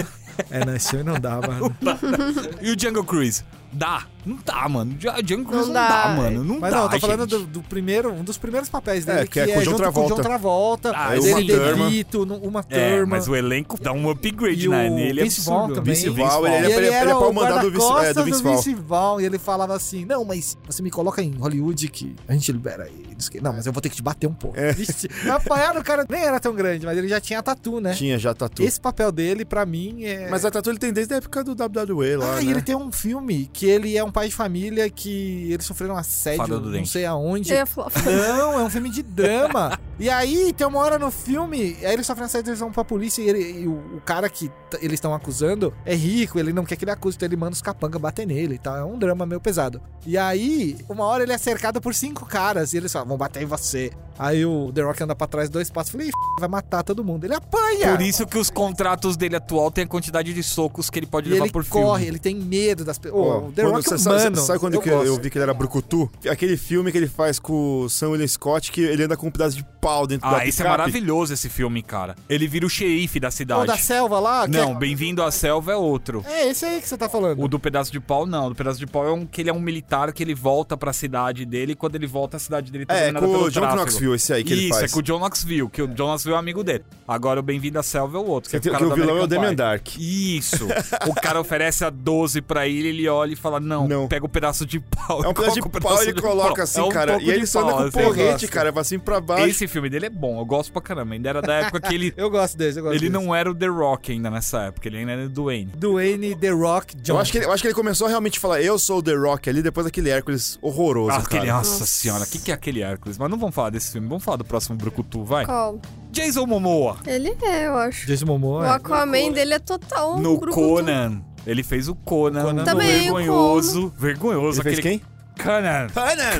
C: É, não, esse filme não dá, mano.
A: E o Jungle Cruise? Dá. Não dá, mano. O Jungle Cruise não,
B: dá,
A: dá,
B: é.
A: mano. Não
C: Mas
A: dá,
C: não, eu tô falando
A: gente.
C: do, do primeiro, um dos primeiros papéis dele,
D: É, que é com o John
C: junto
D: Travolta.
C: com o John Travolta,
A: Ah,
C: ah,
A: é
C: ele
A: uma
D: turma.
C: Devito, uma turma.
A: É, mas o elenco dá um upgrade,
C: E
A: né?
C: o
A: Nele é
C: Vince Vaughn
A: absurdo.
C: também.
A: Vince
C: Vince
A: Vaughn,
D: Vaughn,
A: ele
D: ele
A: é...
D: é- pra- pra
C: o
D: mandar do Vince- é, do
C: guarda-costas
D: Vince
C: do
D: Vaughn.
C: Vince Vaughn, e ele falava assim, não, mas você me coloca em Hollywood que a gente libera eles. que- Não, mas eu vou ter que te bater um pouco.
D: É.
C: Vixe, apanharam o cara, nem era tão grande, mas ele já tinha tatu, né?
D: Tinha já tatu.
C: Esse papel dele, pra mim, é...
D: Mas a tatu ele tem desde a época do WWE lá,
C: ah, e
D: né?
C: ele tem um filme que ele é um pai de família que eles sofreram um assédio,
A: Fada do
C: não
A: Dente.
C: sei aonde.
B: Eu ia falar-
C: Não, é um filme de drama. e aí, tem uma hora no filme, aí ele sofre uma extradção pra polícia e, ele- e o, o cara que t- eles estão acusando é rico, ele não quer que ele acuse, então ele manda os capanga bater nele e tal. É um drama meio pesado. E aí, uma hora ele é cercado por cinco caras e eles falam, vão bater em você. Aí o The Rock anda pra trás dois passos e falei, "Ih, f- vai matar todo mundo. Ele apanha!
A: Por isso que os contratos dele atual tem a quantidade de socos que ele pode
C: E
A: levar
C: ele
A: por
C: corre,
A: filme.
C: ele tem medo das pessoas.
D: Pô,
C: o The
D: quando
C: Rock é
D: você- sabe-
C: humano.
D: Sabe, sabe quando eu, que-
C: gosto.
D: eu vi que ele era brucutu? Aquele filme que ele faz com o Sam William Scott, que ele anda com um pedaço de pau dentro da
A: Ah, esse é
D: picape.
A: maravilhoso esse filme, cara. Ele vira o xerife da
C: Ou
A: cidade.
C: da selva lá? que
A: Não, Bem-vindo à Selva é outro.
C: É, é esse aí que você tá falando.
A: O do pedaço de pau, não. O do pedaço de pau é um que ele é um militar que ele volta pra cidade dele e quando ele volta, a cidade dele tá
D: É,
A: dominada
D: com
A: pelo
D: o John
A: tráfico.
D: Knoxville, esse aí que
A: Isso,
D: ele faz.
A: é com o John Knoxville, que o John Knoxville é um amigo dele. Agora o Bem-vindo à Selva é o outro, que,
D: Você
A: é o
D: tem-
A: cara
D: que o
A: do
D: vilão é o
A: American
D: Demian
A: Pie.
D: Dark.
A: Isso. o cara oferece a 12 pra ele, ele olha e fala: Não,
D: Não.
A: pega o pedaço de pau.
D: É um pedaço de pau, ele coloca
A: É
D: assim,
A: um
D: cara. e ele só anda com porrete, cara, pra cima e pra baixo.
A: assim, Esse filme dele é bom, eu gosto pra caramba. Ainda era da época que ele.
C: Eu gosto desse, eu gosto
A: Ele
C: desse.
A: não era o The Rock ainda nessa época, ele ainda era do Wayne.
C: Dwayne The Rock Johnson.
D: Eu acho, que ele, eu acho que ele começou a realmente falar, eu sou o The Rock ali, depois daquele Hércules horroroso,
A: Ah, aquele,
D: cara.
A: nossa, senhora, o que, que é aquele Hércules? Mas não vamos falar desse filme, vamos falar do próximo Brucutu, vai.
B: Qual?
A: Jason Momoa,
B: Ele é, eu acho.
C: Jason
B: O
C: Momoa.
B: Aquaman dele é total um
A: no né?
B: grupo
A: Conan. Ele fez o Conan,
C: Conan
A: um
B: Também, o
A: vergonhoso. Vergonhoso,
D: Ele fez
A: aquele.
D: quem?
A: Conan.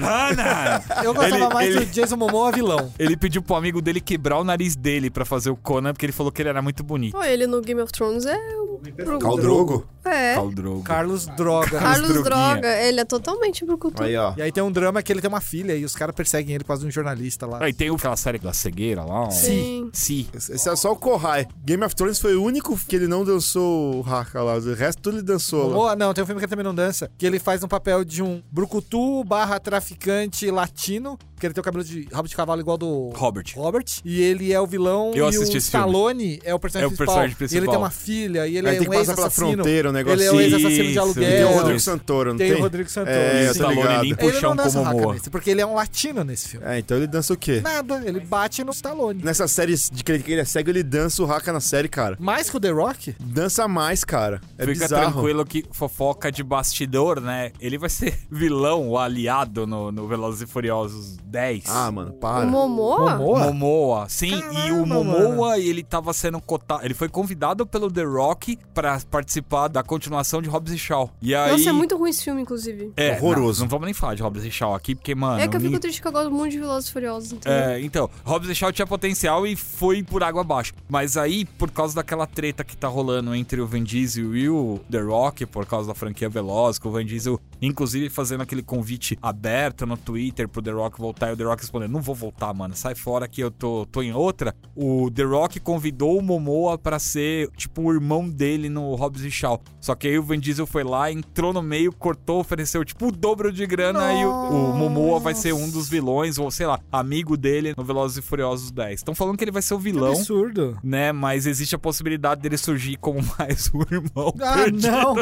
A: Conan!
C: Eu gostava
A: Ele-
C: mais
A: ele-
C: do Jason Momoa vilão.
A: Ele pediu pro amigo dele quebrar o nariz dele pra fazer o Conan, porque ele falou que ele era muito bonito.
B: Pô, ele no Game of Thrones é um brucutu.
D: Khal Drogo?
B: É.
A: Khal Drogo.
C: Carlos Droga.
B: Carlos
A: Droguinha.
B: Droga, ele é totalmente brucutu.
D: Aí, ó.
C: E aí tem um drama que ele tem uma filha e os caras perseguem ele por causa de um jornalista lá.
A: Aí tem aquela série da cegueira lá. ó.
B: Sim.
A: Sim.
D: Esse é só o Kohai. Game of Thrones foi o único que ele não dançou o Haka lá. O resto tudo ele dançou lá.
C: Momoa, não, tem um filme que ele também não dança, que ele faz um papel de um brucutu barra traficante latino, porque ele tem o cabelo de rabo de cavalo igual do
A: Robert.
C: Robert, e ele é o vilão
A: Eu
C: e o
A: assisti esse filme.
C: Stallone é o personagem
A: É o
C: principal.
A: personagem
C: E ele
A: principal.
C: tem uma filha, e ele
D: Aí
C: é
D: tem
C: um
D: que passar pela
C: ex-assassino.
D: fronteira, o
C: Ele é
D: negócio.
C: o
A: Isso,
C: ex-assassino de aluguel.
A: e
D: Tem o
A: É,
D: Rodrigo
A: isso.
D: Santoro, não
C: Tem
D: tem?
C: o Rodrigo Santoro.
D: É,
A: E
D: eu tô
A: Stallone
D: ligado.
A: nem
C: Ele
A: puxão
C: não dança
A: como
C: raca
A: Momoa.
C: nesse, porque ele é um latino nesse filme.
D: É, então ele dança o quê?
C: Nada, ele bate no Stallone.
D: Nessa série de que ele que ele é cego, ele dança o Haka na série, cara.
C: Mais que o The Rock?
D: Dança mais, cara. É
A: Fica
D: bizarro.
A: tranquilo que fofoca de bastidor, né? Ele vai ser vilão, o aliado no, no Velozes e Furiosos 10.
D: Ah, mano,
B: O
D: para.
B: Momoa?
C: Momoa?
A: Momoa, sim, e o
C: Caramba,
A: Momoa, ele tava sendo cotado, ele foi convidado pelo The Rock pra participar da continuação de Hobbs e Shaw. E aí
B: Nossa, é muito ruim esse filme, inclusive.
A: É,
D: Horroroso.
A: Não, não vamos nem falar de Hobbs e Shaw aqui, porque mano,
B: é que eu
A: ninguém-
B: fico triste que eu gosto muito de Velozes e Furiosos, entendeu?
A: Ah, É, então, Hobbs e Shaw tinha potencial e foi por água abaixo. Mas aí, por causa daquela treta que tá rolando entre o Van Diesel e o The Rock, por causa da franquia Veloz, que o Van Diesel, inclusive, fazendo aquele convite aberto no Twitter pro The Rock voltar, e o The Rock respondendo, não vou voltar, mano, sai fora que eu tô, tô em outra. O The Rock convidou o Momoa pra ser, tipo, o irmão dele no Hobbs e Shaw. Só que aí o Van Diesel foi lá, entrou no meio, cortou, ofereceu, tipo, o dobro de grana, e o, o Momoa vai ser um dos vilões, ou sei lá, amigo dele no Velozes e Furiosos 10. Estão falando que ele vai ser o vilão,
C: Absurdo.
A: né? Mas existe a possibilidade dele surgir como mais um irmão.
C: Ah, não.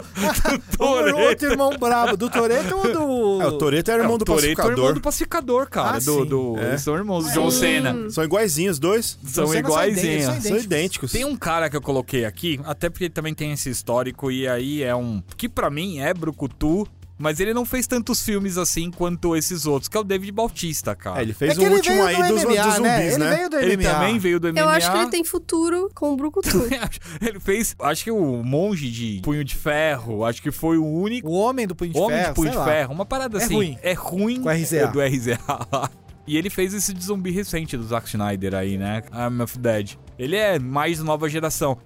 A: Toretto.
C: o outro irmão brabo. Do Toreto ou do...
D: É, o Toreto é
A: É,
D: irmão
A: o
D: do
A: Toretto é o irmão
D: pacificador.
A: do pacificador, cara.
C: Ah,
A: do,
C: sim.
A: do-
D: É.
A: Eles são irmãos. John Cena.
D: São iguaizinhos os dois.
A: São
C: Você não sabe dele,
A: iguaizinhos.
C: só
D: São idênticos.
A: Tem um cara que eu coloquei aqui, até porque ele também tem esse histórico, e aí é um. que pra mim é Brucutu, mas ele não fez tantos filmes assim quanto esses outros, que é o David Bautista, cara.
D: É, ele fez
C: é
D: o
C: que ele
D: último
C: veio
D: aí
C: do
D: dos,
C: MMA,
D: dos
C: né?
D: zumbis,
C: Ele
D: né?
C: veio do MMA.
A: Ele também veio do MMA.
B: Eu acho que ele tem futuro com o Brucutu.
A: Ele fez, acho que o Monge de Punho de Ferro, acho que foi o único
C: O Homem do Punho de
A: Homem
C: Ferro,
A: de Punho
C: sei
A: de
C: lá.
A: Ferro, uma parada
C: É
A: assim.
C: ruim.
A: É ruim
C: Com RZA.
A: do RZA. E ele fez esse de zumbi recente do Zack Snyder aí, né? Arm of Dead. Ele é mais nova geração.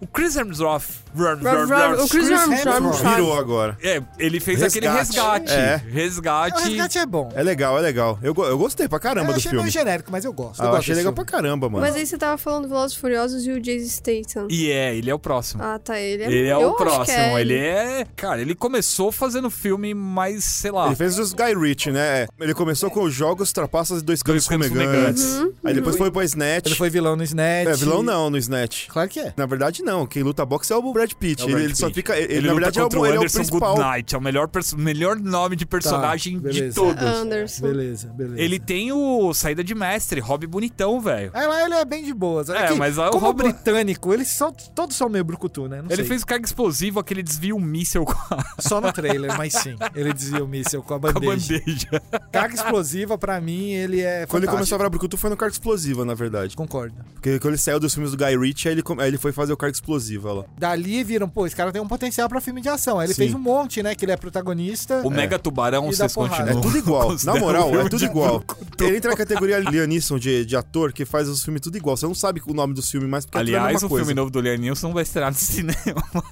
A: O Chris Hemsworth...
B: O Chris Armstrong.
C: Hemsworth.
B: sabe?
D: Virou agora.
A: É, ele fez aquele
D: Resgate.
A: resgate.
D: É.
A: Resgate.
C: O resgate é bom.
D: É legal, é legal. Eu, go- eu gostei pra caramba
C: eu
D: do
C: achei
D: filme.
C: meio genérico, mas eu gosto.
D: Ah,
C: eu
D: eu
C: gosto
D: achei
C: desse
D: legal pra
C: filme.
D: caramba, mano.
B: Mas aí você tava falando do Velozes e Furiosos e o Jason Statham.
A: E é, ele é o próximo.
B: Ah, tá. Ele é,
A: Ele é
B: eu
A: o
B: acho
A: próximo.
B: que é
A: ele é. Cara, ele começou fazendo filme, mas sei lá.
D: Ele fez os Guy Ritchie, né? Ele começou com os jogos Trapaças e Dois
A: Dois
D: Campos
A: Campos
D: Fumegantes.
A: Fumegantes. Uhum.
D: Aí depois foi pro Snatch.
C: Ele foi vilão no Snatch.
D: É, vilão não, no Snatch.
C: Claro que é.
D: Na verdade, não. Quem luta boxe é o Brad Pitt.
A: É o
D: ele,
A: Brad
D: ele só
A: Pitt.
D: fica. Ele,
A: luta
D: na verdade, é
A: contra
D: o, ele é o
A: Anderson
D: principal.
A: Goodnight, é o melhor, perso- melhor nome de personagem de
C: beleza.
A: todos.
B: Anderson.
C: Beleza, beleza.
A: Ele tem o Saída de Mestre, Hobby Bonitão, velho.
C: É, lá ele é bem de boas.
A: É,
C: que,
A: mas lá o
C: como
A: Rob-
C: britânico, eles são, todos são meio brucutu, né? Não
A: Ele
C: sei.
A: fez o carga explosivo, aquele desvio um míssel com a,
C: Só no trailer, mas sim. Ele dizia o míssel com a
A: com a
C: bandeja.
A: bandeja.
C: Carga explosiva, pra mim, ele é
D: Quando ele começou
C: fantástico.
D: a virar Brucutu foi no Carga Explosiva, na verdade.
C: Concordo.
D: Porque quando ele saiu dos filmes do Guy Ritchie, aí ele, come- aí ele foi fazer o Carga Explosiva lá.
C: Dali viram, pô, esse cara tem um potencial pra filme de ação. Aí Ele
D: Sim.
C: fez um monte, né? Que ele é protagonista.
A: O Mega Tubarão,
C: E dá
A: vocês
C: porrada.
A: continuam.
D: É tudo igual. Na
A: Considera um
D: moral, é
A: filme
D: tudo
A: de
D: igual. Ele entra na categoria Leonisson de, de ator que faz os filmes tudo igual. Você não sabe o nome do filme mais porque é tudo a
A: Aliás,
D: mesma
A: o
D: coisa.
A: filme novo do Liam Neeson vai estrear no cinema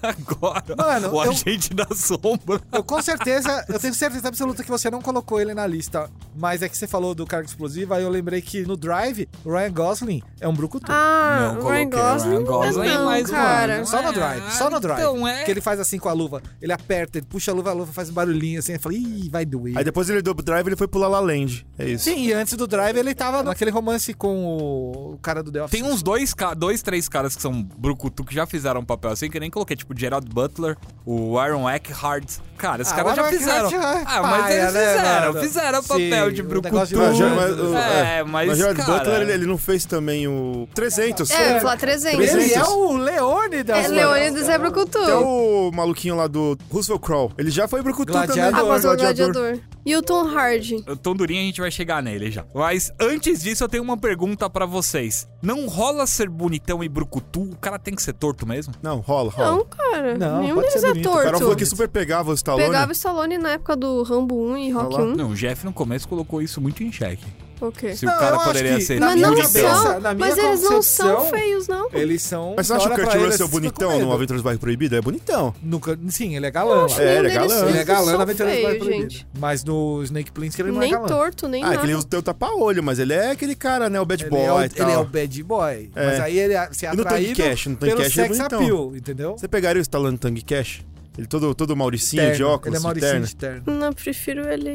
A: agora.
C: Mano,
A: o
C: eu-
A: Agente da Sombra.
C: Eu com certeza, eu tenho certeza absoluta que você não colocou ele na lista. Mas é que você falou do carga explosiva, aí eu lembrei que no Drive, o Ryan Gosling é um brucutu.
B: Ah,
A: Não
B: o
A: coloquei
B: Ryan
A: o
B: Gosling.
A: Ryan Gosling, é um,
B: não, é
A: mas,
B: cara. Ah,
A: mano,
C: Só no drive, só no drive.
A: Então é.
C: Que ele faz assim com a luva. Ele aperta, ele puxa a luva, a luva faz um barulhinho assim. Eu falei, ih, vai doer.
D: Aí depois ele deu pro drive e ele foi pro La La Land. É isso.
C: Sim, e antes do drive ele tava naquele romance com o, o cara do The Office.
A: Tem uns dois, ca- dois, três caras que são brucutu que já fizeram um papel assim, que eu nem coloquei. Tipo, Gerald Butler, o Aaron Eckhart. Cara, esses
C: Ah,
A: caras
C: o
A: já
C: Aaron
A: fizeram.
C: Eckhart é
A: ah, mas
C: paia,
A: eles
C: né,
A: fizeram.
C: mano?
A: fizeram o papel
C: Sim,
A: de
C: o
A: brucutu.
B: Tipo,
C: negócio de
D: Mas,
C: Tudo.
D: mas, o-
A: é, mas,
D: mas Gerard
A: cara,
D: Butler, ele, ele não fez também o 300.
B: É, eu ia falar 300.
C: Ele é
D: 300.
C: o Leônidas.
B: É
C: mano.
B: Leônidas é
D: Até
B: Brucutu.
D: o maluquinho lá do Roosevelt Crawl. Ele já foi pro Cutu também.
C: Gladiador.
B: Ah, mas o
D: Então, Gladiador.
B: gladiador. E o Tom Hardy.
A: O Tom Durinho a gente vai chegar nele já. Mas antes disso, eu tenho uma pergunta pra vocês. Não rola ser bonitão e brucutu? O cara tem que ser torto mesmo?
D: Não, rola, rola.
B: Não, cara.
C: Não,
B: Nenhum
C: pode
B: deles
C: ser
B: é
C: bonito. O
D: o cara falou
B: torto.
D: que super pegava o Stallone.
B: Pegava o Stallone na época do Rambo 1 e Rock
D: né?
C: Hum?
D: Olha lá.
B: 1.
A: Não, o Jeff no começo colocou isso muito em xeque.
B: O quê?
A: Se
C: Não,
A: o
C: eu
A: cara
C: acho
A: poderia
C: que-
A: ser.
C: na
B: Mas não
C: minha cabeça,
B: são.
C: na minha
B: Mas eles não são
C: concepção-
B: feios, não.
C: Eles são.
D: Mas você acha que o
C: olha pra
D: Kurt
C: eles,
D: Russell é
C: fica com
D: bonitão
C: medo.
D: no Aventuras do Bairro Proibido? É bonitão.
C: Nunca. Sim, ele é galã. lá.
D: É, ele
B: Nenhum
D: é
B: deles
D: galã.
B: são
C: Ele é galã na Aventuras do
B: feios,
C: Bairro Proibido.
B: gente.
C: Mas no Snake Plissken ele não é
B: Nem
C: galã.
B: torto, nem
D: Ah, é que ele
B: nada.
D: usa o teu tapa-olho, mas ele é aquele cara, né? O bad
C: Ele
D: boy
C: é o,
D: e tal.
C: ele é o bad boy.
D: É.
C: Mas aí ele é- se é
D: E no Tank
C: atraído
D: Cash, no Tank
C: pelo
D: Cash ele é
C: sex
D: bonitão.
C: appeal, entendeu?
D: Você pegaria o Stallone Tang Cash? Ele todo, todo mauricinho, de
C: Terno.
D: óculos,
C: Ele é
D: de
C: Mauricinho
D: terno.
C: de terno.
B: Não, prefiro ele.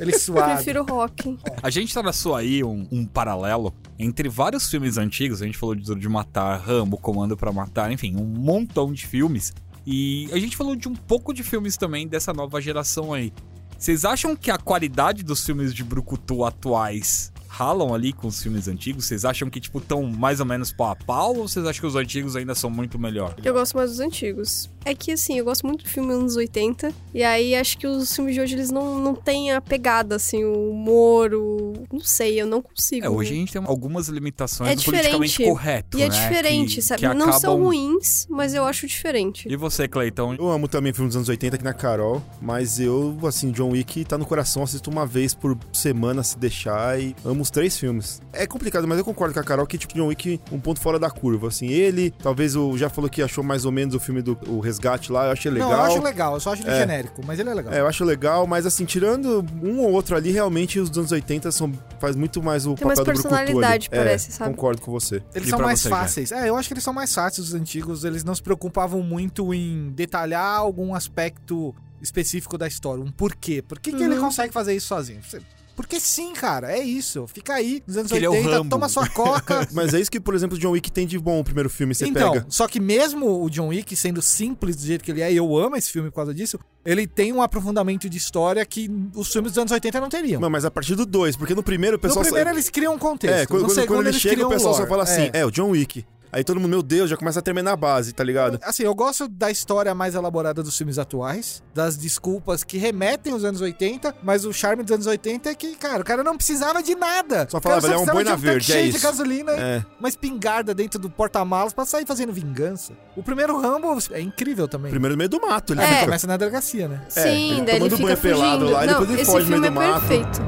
C: Ele é suado.
B: prefiro o Rock.
A: A gente traçou aí um, um paralelo entre vários filmes antigos, a gente falou de Duro de Matar, Rambo, Comando pra Matar, enfim, um montão de filmes. E a gente falou de um pouco de filmes também dessa nova geração aí. Vocês acham que a qualidade dos filmes de Brucutu atuais ralam ali com os filmes antigos? Vocês acham que, tipo, estão mais ou menos pau a pau? Ou vocês acham que os antigos ainda são muito melhor?
B: Eu gosto mais dos antigos. É que assim, eu gosto muito de filme anos 80. E aí acho que os filmes de hoje eles não, não têm a pegada, assim, o humor, o. Não sei, eu não consigo.
A: É, hoje a gente tem algumas limitações
B: É
A: do politicamente
B: diferente.
A: correto.
B: E é
A: né,
B: diferente,
A: que-
B: sabe?
A: que
B: Não são
A: acabam-
B: ruins, mas eu acho diferente.
A: E você, Cleiton?
D: Eu amo também filmes dos anos 80 aqui na Carol, mas eu, assim, John Wick tá no coração, assisto uma vez por semana se deixar e amo os três filmes. É complicado, mas eu concordo com a Carol que, tipo, John Wick um ponto fora da curva, assim. Ele, talvez o já falou que achou mais ou menos o filme do o Resgate lá, eu achei legal.
C: Não, eu acho legal, eu só acho ele
D: É.
C: genérico, mas ele é legal.
D: É, eu acho legal, mas assim, tirando um ou outro ali, realmente os anos 80 são, faz muito mais o
B: Tem
D: papel
B: mais
D: do Brucutu ali.
B: personalidade,
D: É,
B: parece, sabe?
D: Concordo com você.
C: Eles
A: E
C: são
A: pra
C: mais
A: você, Guilherme?
C: fáceis. É, eu acho que eles são mais fáceis, os antigos. Eles não se preocupavam muito em detalhar algum aspecto específico da história, um porquê. Por que, que ele
B: Uhum.
C: consegue fazer isso sozinho? Você- Porque sim, cara, é isso. Fica aí, nos anos
A: Ele é o
C: 80,
A: Rambo.
C: toma sua coca.
D: Mas é isso que, por exemplo, John Wick tem de bom o primeiro filme, você
C: então,
D: pega.
C: só que mesmo o John Wick sendo simples do jeito que ele é, e eu amo esse filme por causa disso, ele tem um aprofundamento de história que os filmes dos anos 80 não teriam.
D: Não, mas a partir do dois, porque no primeiro o
C: no
D: pessoal... só-
C: primeiro eles criam um contexto.
D: É, quando,
C: no
D: quando-
C: segundo
D: quando ele
C: eles
D: chega,
C: criam
D: o pessoal
C: um
D: só
C: lore.
D: fala assim, é. o John Wick. Aí todo mundo, meu Deus, já começa a tremer na base, tá ligado?
C: Assim, eu gosto da história mais elaborada dos filmes atuais, das desculpas que remetem aos anos 80, mas o charme dos anos 80 é que, cara, o cara não precisava de nada.
D: Só
C: O cara
D: falava, ele é um
C: precisava
D: boina
C: de tanque
D: verde, é
C: cheio de
D: isso.
C: gasolina,
D: É.
C: uma espingarda dentro do porta-malas pra sair fazendo vingança. O primeiro Rambo é incrível também.
D: Primeiro no meio do mato, ele
B: É.
D: fica- assim,
C: Começa na delegacia, né?
B: Sim,
D: É, ele
B: daí ele
D: tomando
B: fica
D: banho pelado
B: fugindo.
D: lá e
B: não,
D: depois ele
B: esse
D: foge no
B: filme é
D: meio do mato.
B: perfeito.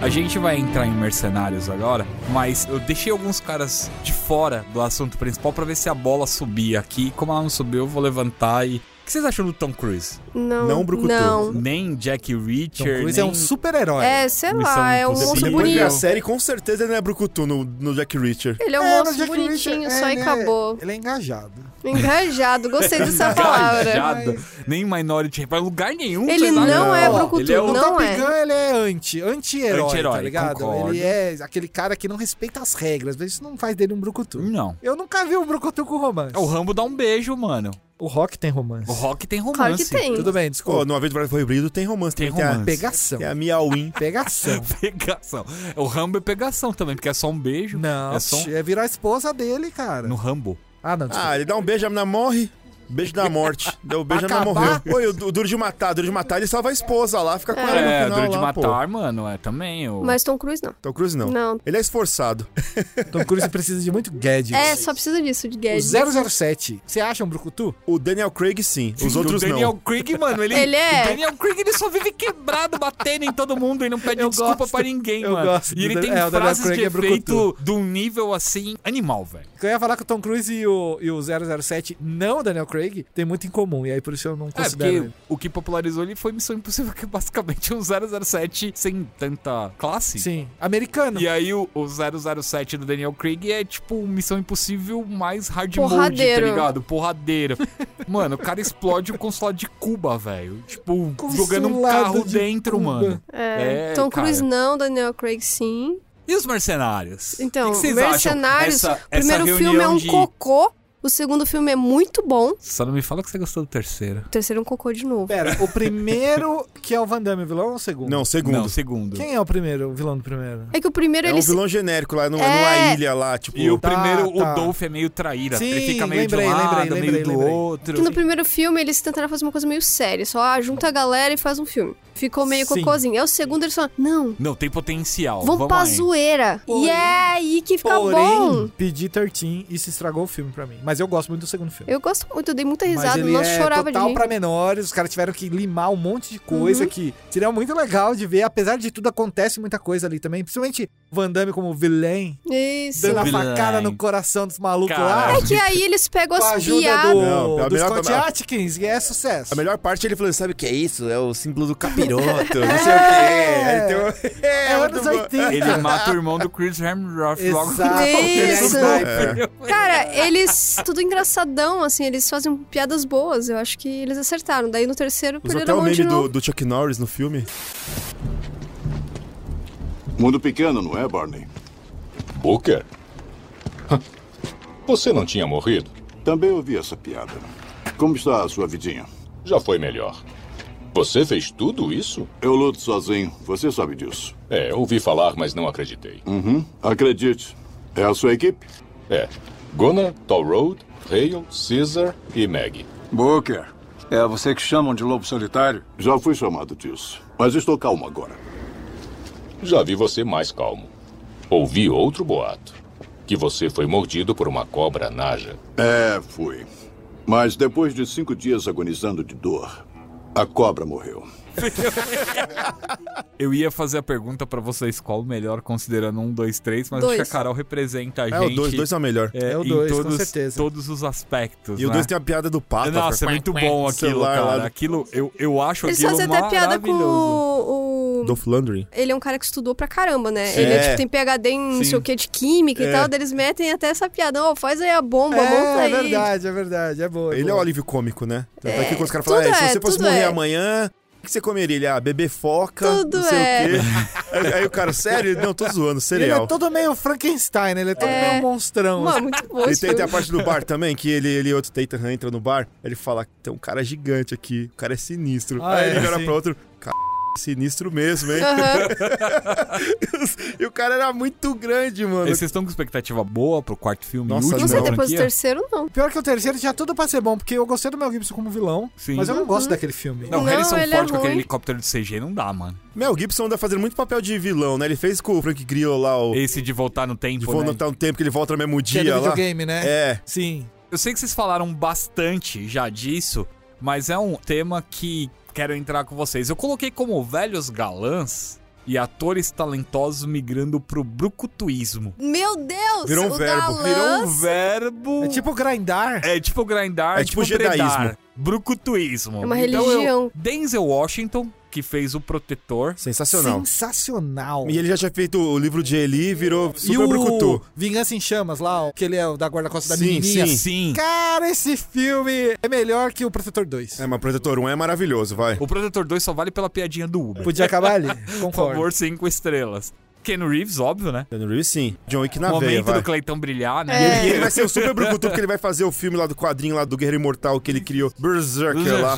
A: A gente vai entrar em mercenários agora, mas eu deixei alguns caras de fora do assunto principal pra ver se a bola subia aqui. Como ela não subiu, eu vou levantar e. O que vocês acham do Tom Cruise?
B: Não,
D: Não, Brucutu.
B: não.
A: Nem Jack
C: Tom
A: Reacher,
C: Cruise
A: nem...
C: é um super-herói.
B: É, sei
A: Missão
B: lá, é
A: Impossível.
B: um moço
A: Nossa,
D: Depois da
B: bonito.
D: série, com certeza ele não é Brucutu no, no Jack Reacher.
B: Ele é um
C: É, mas
B: moço
C: Jack
B: bonitinho,
C: Reacher,
B: só
C: é,
B: e
D: né?
C: ele é-
B: acabou.
C: Ele é engajado.
B: Engajado, gostei dessa palavra.
A: Engajado.
C: né?
A: Nem Minority Report, lugar nenhum.
B: Ele
A: sei lá.
B: não é
C: Não,
B: Brucutu,
A: ele é o-
C: O
B: não
C: Top
B: é.
C: Gun, ele é anti, anti-herói,
A: Anti-herói,
C: tá ligado?
A: concordo.
C: Ele é aquele cara que não respeita as regras, mas isso não faz dele um brucutu.
A: Não.
C: Eu nunca vi um brucutu com romance.
A: O Rambo dá um beijo, mano.
C: O Rock tem romance.
A: O Rock tem romance.
B: Claro que tem.
C: Tudo bem,
D: Pô,
C: desculpa.
D: numa vez do Brasil Proibido tem romance.
A: Tem
D: também, a-
A: romance.
C: Pegação.
D: Tem a Miauin.
C: Pegação.
A: Pegação. O Rambo é pegação também, porque é só um beijo.
C: Não,
A: É só um...
C: é virar a esposa dele, cara.
A: No Rambo.
C: Ah, não, desculpa.
D: Ah, ele dá um beijo, a menina morre. Beijo da morte. Deu o beijo, a menina morreu.
C: Acabar?
D: Oi, o Du- o Duro de Matar. O Duro de Matar, ele salva a esposa lá, fica com ela no
A: É,
D: final
A: Duro de
D: lá, pô.
A: Matar, mano, é também. O...
B: Mas Tom Cruise não.
D: Tom Cruise não.
B: Não.
D: Ele é esforçado.
A: Ah.
C: Tom Cruise precisa de muito gadgets.
B: É, só precisa disso, de
C: O
B: gadgets.
C: 007, você acha um brucutu?
D: O Daniel Craig, sim. Os outros
A: o Daniel
D: não.
A: Craig, mano, ele,
B: Ele é.
A: O Daniel Craig, ele só vive quebrado, batendo em todo mundo e não pede
C: Eu
A: desculpa
C: gosto,
A: pra ninguém,
C: eu
A: mano.
C: gosto
A: e ele
C: do
A: tem
C: Dan- é, o Daniel
A: frases de
C: Craig é
A: efeito de um nível, assim, animal, velho.
C: Eu ia falar que o Tom Cruise e o, e o 007, não o Daniel Craig, tem muito em comum. E aí por isso eu não
A: É,
C: considero.
A: porque
C: ele.
A: o que popularizou ele foi Missão Impossível, que é basicamente um 007 sem tanta classe.
C: Sim. Americano.
A: E é- aí o, o 007 do Daniel Craig é tipo um Missão Impossível mais hard mode, tá
B: Porradeiro.
A: ligado? Porradeiro. Mano, o cara explode o consulado de Cuba, velho. Tipo, jogando um
C: Consulado
A: carro
C: de
A: dentro,
C: Cuba.
A: mano. É,
B: É. Tom
A: cara.
B: Cruise não, Daniel Craig sim.
A: E os mercenários?
B: Então,
A: O que que vocês
B: Mercenários,
A: acham? Essa,
B: o primeiro
A: essa
B: filme é
A: reunião
B: um
A: de...
B: cocô, o segundo filme é muito bom,
A: Só não me fala que você gostou do terceiro.
B: o terceiro é um cocô de novo.
C: Pera, o primeiro que é o Van Damme, o vilão ou o segundo?
D: Não, segundo.
A: Não, segundo.
C: Quem é o primeiro, o vilão do primeiro?
B: É que o primeiro
D: É um
B: ele se-
D: vilão genérico lá, não é
B: É.
D: numa ilha lá, tipo.
A: E o
C: Tá,
A: primeiro,
C: tá.
A: o Dolph é meio traíra.
C: Sim,
A: ele fica meio
C: lembrei,
A: de um lado,
C: lembrei,
A: meio
C: lembrei,
A: do
C: lembrei.
A: outro.
B: que no primeiro filme eles tentaram fazer uma coisa meio séria, só ah, junta a galera e faz um filme. Ficou meio
C: Sim.
B: cocôzinho. É o segundo eles falam, não,
A: Não, tem potencial.
B: vamos pra
A: aí.
B: zoeira. e
C: Porém-
B: é aí que fica bom.
C: PG-13 e se estragou o filme pra mim. Mas eu gosto muito do segundo filme.
B: Eu gosto muito, eu dei muita
C: Mas
B: risada,
C: ele
B: nós
C: é
B: chorava de
C: total
B: rir. Uhum.
C: pra menores, os caras tiveram que limar um monte de coisa que seria muito legal de ver. Apesar de tudo, acontece muita coisa ali também. Principalmente Van Damme como vilém,
B: Isso.
C: dando a
A: Vilém.
C: facada no coração dos malucos
A: Cara,
C: lá.
B: É que aí eles pegam
C: Com a
B: as
C: ajuda do,
B: piadas.
D: Não, a
C: do
D: melhor-
C: Scott
D: a-
C: Atkins, e é sucesso.
D: A melhor parte ele falando, sabe o que é isso? É o símbolo do capiroto, não sei o quê.
B: É.
D: Aí tem um- o...
C: é anos
D: muito bom.
C: 80.
A: Ele mata o irmão do Chris Hemsworth é logo.
C: Exato. ele é
B: Isso.
C: sniper.
B: Cara, eles. Tudo engraçadão, assim, eles fazem piadas boas. Eu acho que eles acertaram. Daí no terceiro
D: Usou até
B: perderam a
D: o
B: mão
D: meme
B: um de
D: do,
B: novo.
D: do Chuck Norris no filme.
H: Mundo pequeno, não é, Barney?
F: Booker? Você não tinha morrido?
H: Também ouvi essa piada. Como está a sua vidinha?
I: Já foi melhor. Você fez tudo isso?
H: Eu luto sozinho, você sabe disso.
I: É, ouvi falar, mas não acreditei.
H: Uhum. Acredite, é a sua equipe?
I: É. Gona, Toll Road, Hale, Caesar e Maggie.
J: Booker, é você que chamam de lobo solitário?
H: Já fui chamado disso, mas estou calmo agora.
I: Já vi você mais calmo. Ouvi outro boato. Que você foi mordido por uma cobra naja.
H: É, fui. Mas depois de cinco dias agonizando de dor, a cobra morreu.
A: Eu ia fazer a pergunta pra vocês qual o melhor, considerando um, dois, três, mas
B: Dois.
A: acho que a Carol representa a
D: É,
A: gente.
D: o 2, 2 é o melhor.
A: é,
C: É o
A: em
C: dois, com
A: todos,
C: certeza.
A: todos os aspectos.
D: E o
A: né?
D: 2 tem a piada do pato.
A: Nossa, é muito bom aquilo,
D: Ah, tá, Celular lá
A: cara.
D: do-
A: Aquilo, eu, eu acho
B: Eles
A: aquilo
B: fazem até piada com
A: maravilhoso.
B: o. o-
D: Do Flandering.
B: Ele é um cara que estudou pra caramba, né?
D: Sim.
B: Ele é,
D: É.
B: tipo, tem PHD em não
D: Sim.
B: sei o que de química e
D: É.
B: tal, daí eles metem até essa piada, ó, faz aí a bomba, monta
C: É,
B: aí.
C: é verdade, é verdade. É boa.
D: Ele é
C: boa.
D: o alívio cômico, né? Tanto é que quando os caras
B: tudo
D: falam, "Ah,
B: é,
D: se você fosse
B: tudo
D: morrer
B: é."
D: amanhã, o que você comeria? Ele, ah, bebê foca,
B: Tudo
D: não sei
B: é.
D: o quê. Aí, aí o cara, sério? Ele, Não, tô zoando,
C: Ele
D: cereal.
C: é todo meio Frankenstein, ele é todo meio monstrão.
B: Mano, muito bom
D: E
B: esse
D: tem, tem a
B: filme.
D: parte do bar também, que ele ele e outro Tatum entra no bar, ele fala, tem um cara gigante aqui, o cara é sinistro.
C: Ah,
D: Aí
C: é,
D: ele olha
C: sim.
D: pra outro, cara, sinistro mesmo, hein?
B: Aham.
D: e o cara era muito grande, mano.
A: Vocês estão com expectativa boa pro quarto filme?
D: Nossa,
A: e último
B: Não sei
D: Não,
A: da
B: depois do
A: franquia?
B: terceiro, não.
C: Pior que o terceiro tinha tudo pra ser bom, porque eu gostei do Mel Gibson como vilão,
A: Sim.
C: mas eu não
B: Uhum.
C: gosto daquele filme.
A: Não,
B: Não,
A: Harrison
B: ele é
A: Ford com aquele
B: ruim.
A: helicóptero de CG não dá, mano.
D: Mel Gibson anda fazendo muito papel de vilão, né? Ele fez com o Frank Grillo lá, o...
A: Esse de voltar no tempo,
D: de Vou
A: né?
D: notar um tempo que ele volta no mesmo
C: Que é
D: dia
C: do
D: lá.
C: videogame, né?
D: É.
C: Sim.
A: Eu sei que vocês falaram bastante já disso, mas é um tema que quero entrar com vocês. Eu coloquei como velhos galãs e atores talentosos migrando pro brucutuísmo.
B: Meu Deus!
D: Virou um
B: o
D: verbo,
B: galã-
A: Virou um verbo...
C: É tipo grindar.
A: É tipo grindar,
D: É tipo
A: predar,
D: jedaísmo.
A: brucutuísmo.
B: É uma
A: Então, eu-
B: religião.
A: Denzel Washington, que fez o Protetor.
D: Sensacional.
C: Sensacional.
D: E ele já tinha feito o livro de Eli, virou
C: E
D: super brucutu.
C: Vingança em Chamas lá, ó, que ele é o da guarda-costas da
D: Sim,
C: menininha.
D: sim.
A: Sim.
C: Cara, esse filme é melhor que o Protetor 2.
D: É, mas Protetor 1 é maravilhoso, vai.
A: O Protetor 2 só vale pela piadinha do Uber.
C: Podia acabar ali?
A: Por
C: Concordo.
A: favor, 5 estrelas. Ken Reeves, óbvio, né?
D: Dan Reeves, sim. John Wick na veia,
A: Momento
D: vai.
A: do Cleitão brilhar,
D: E
B: É.
A: né?
D: ele, e ele vai ser o super brucutu, porque ele vai fazer o filme lá do quadrinho lá do Guerreiro Imortal que ele criou, Berserker lá.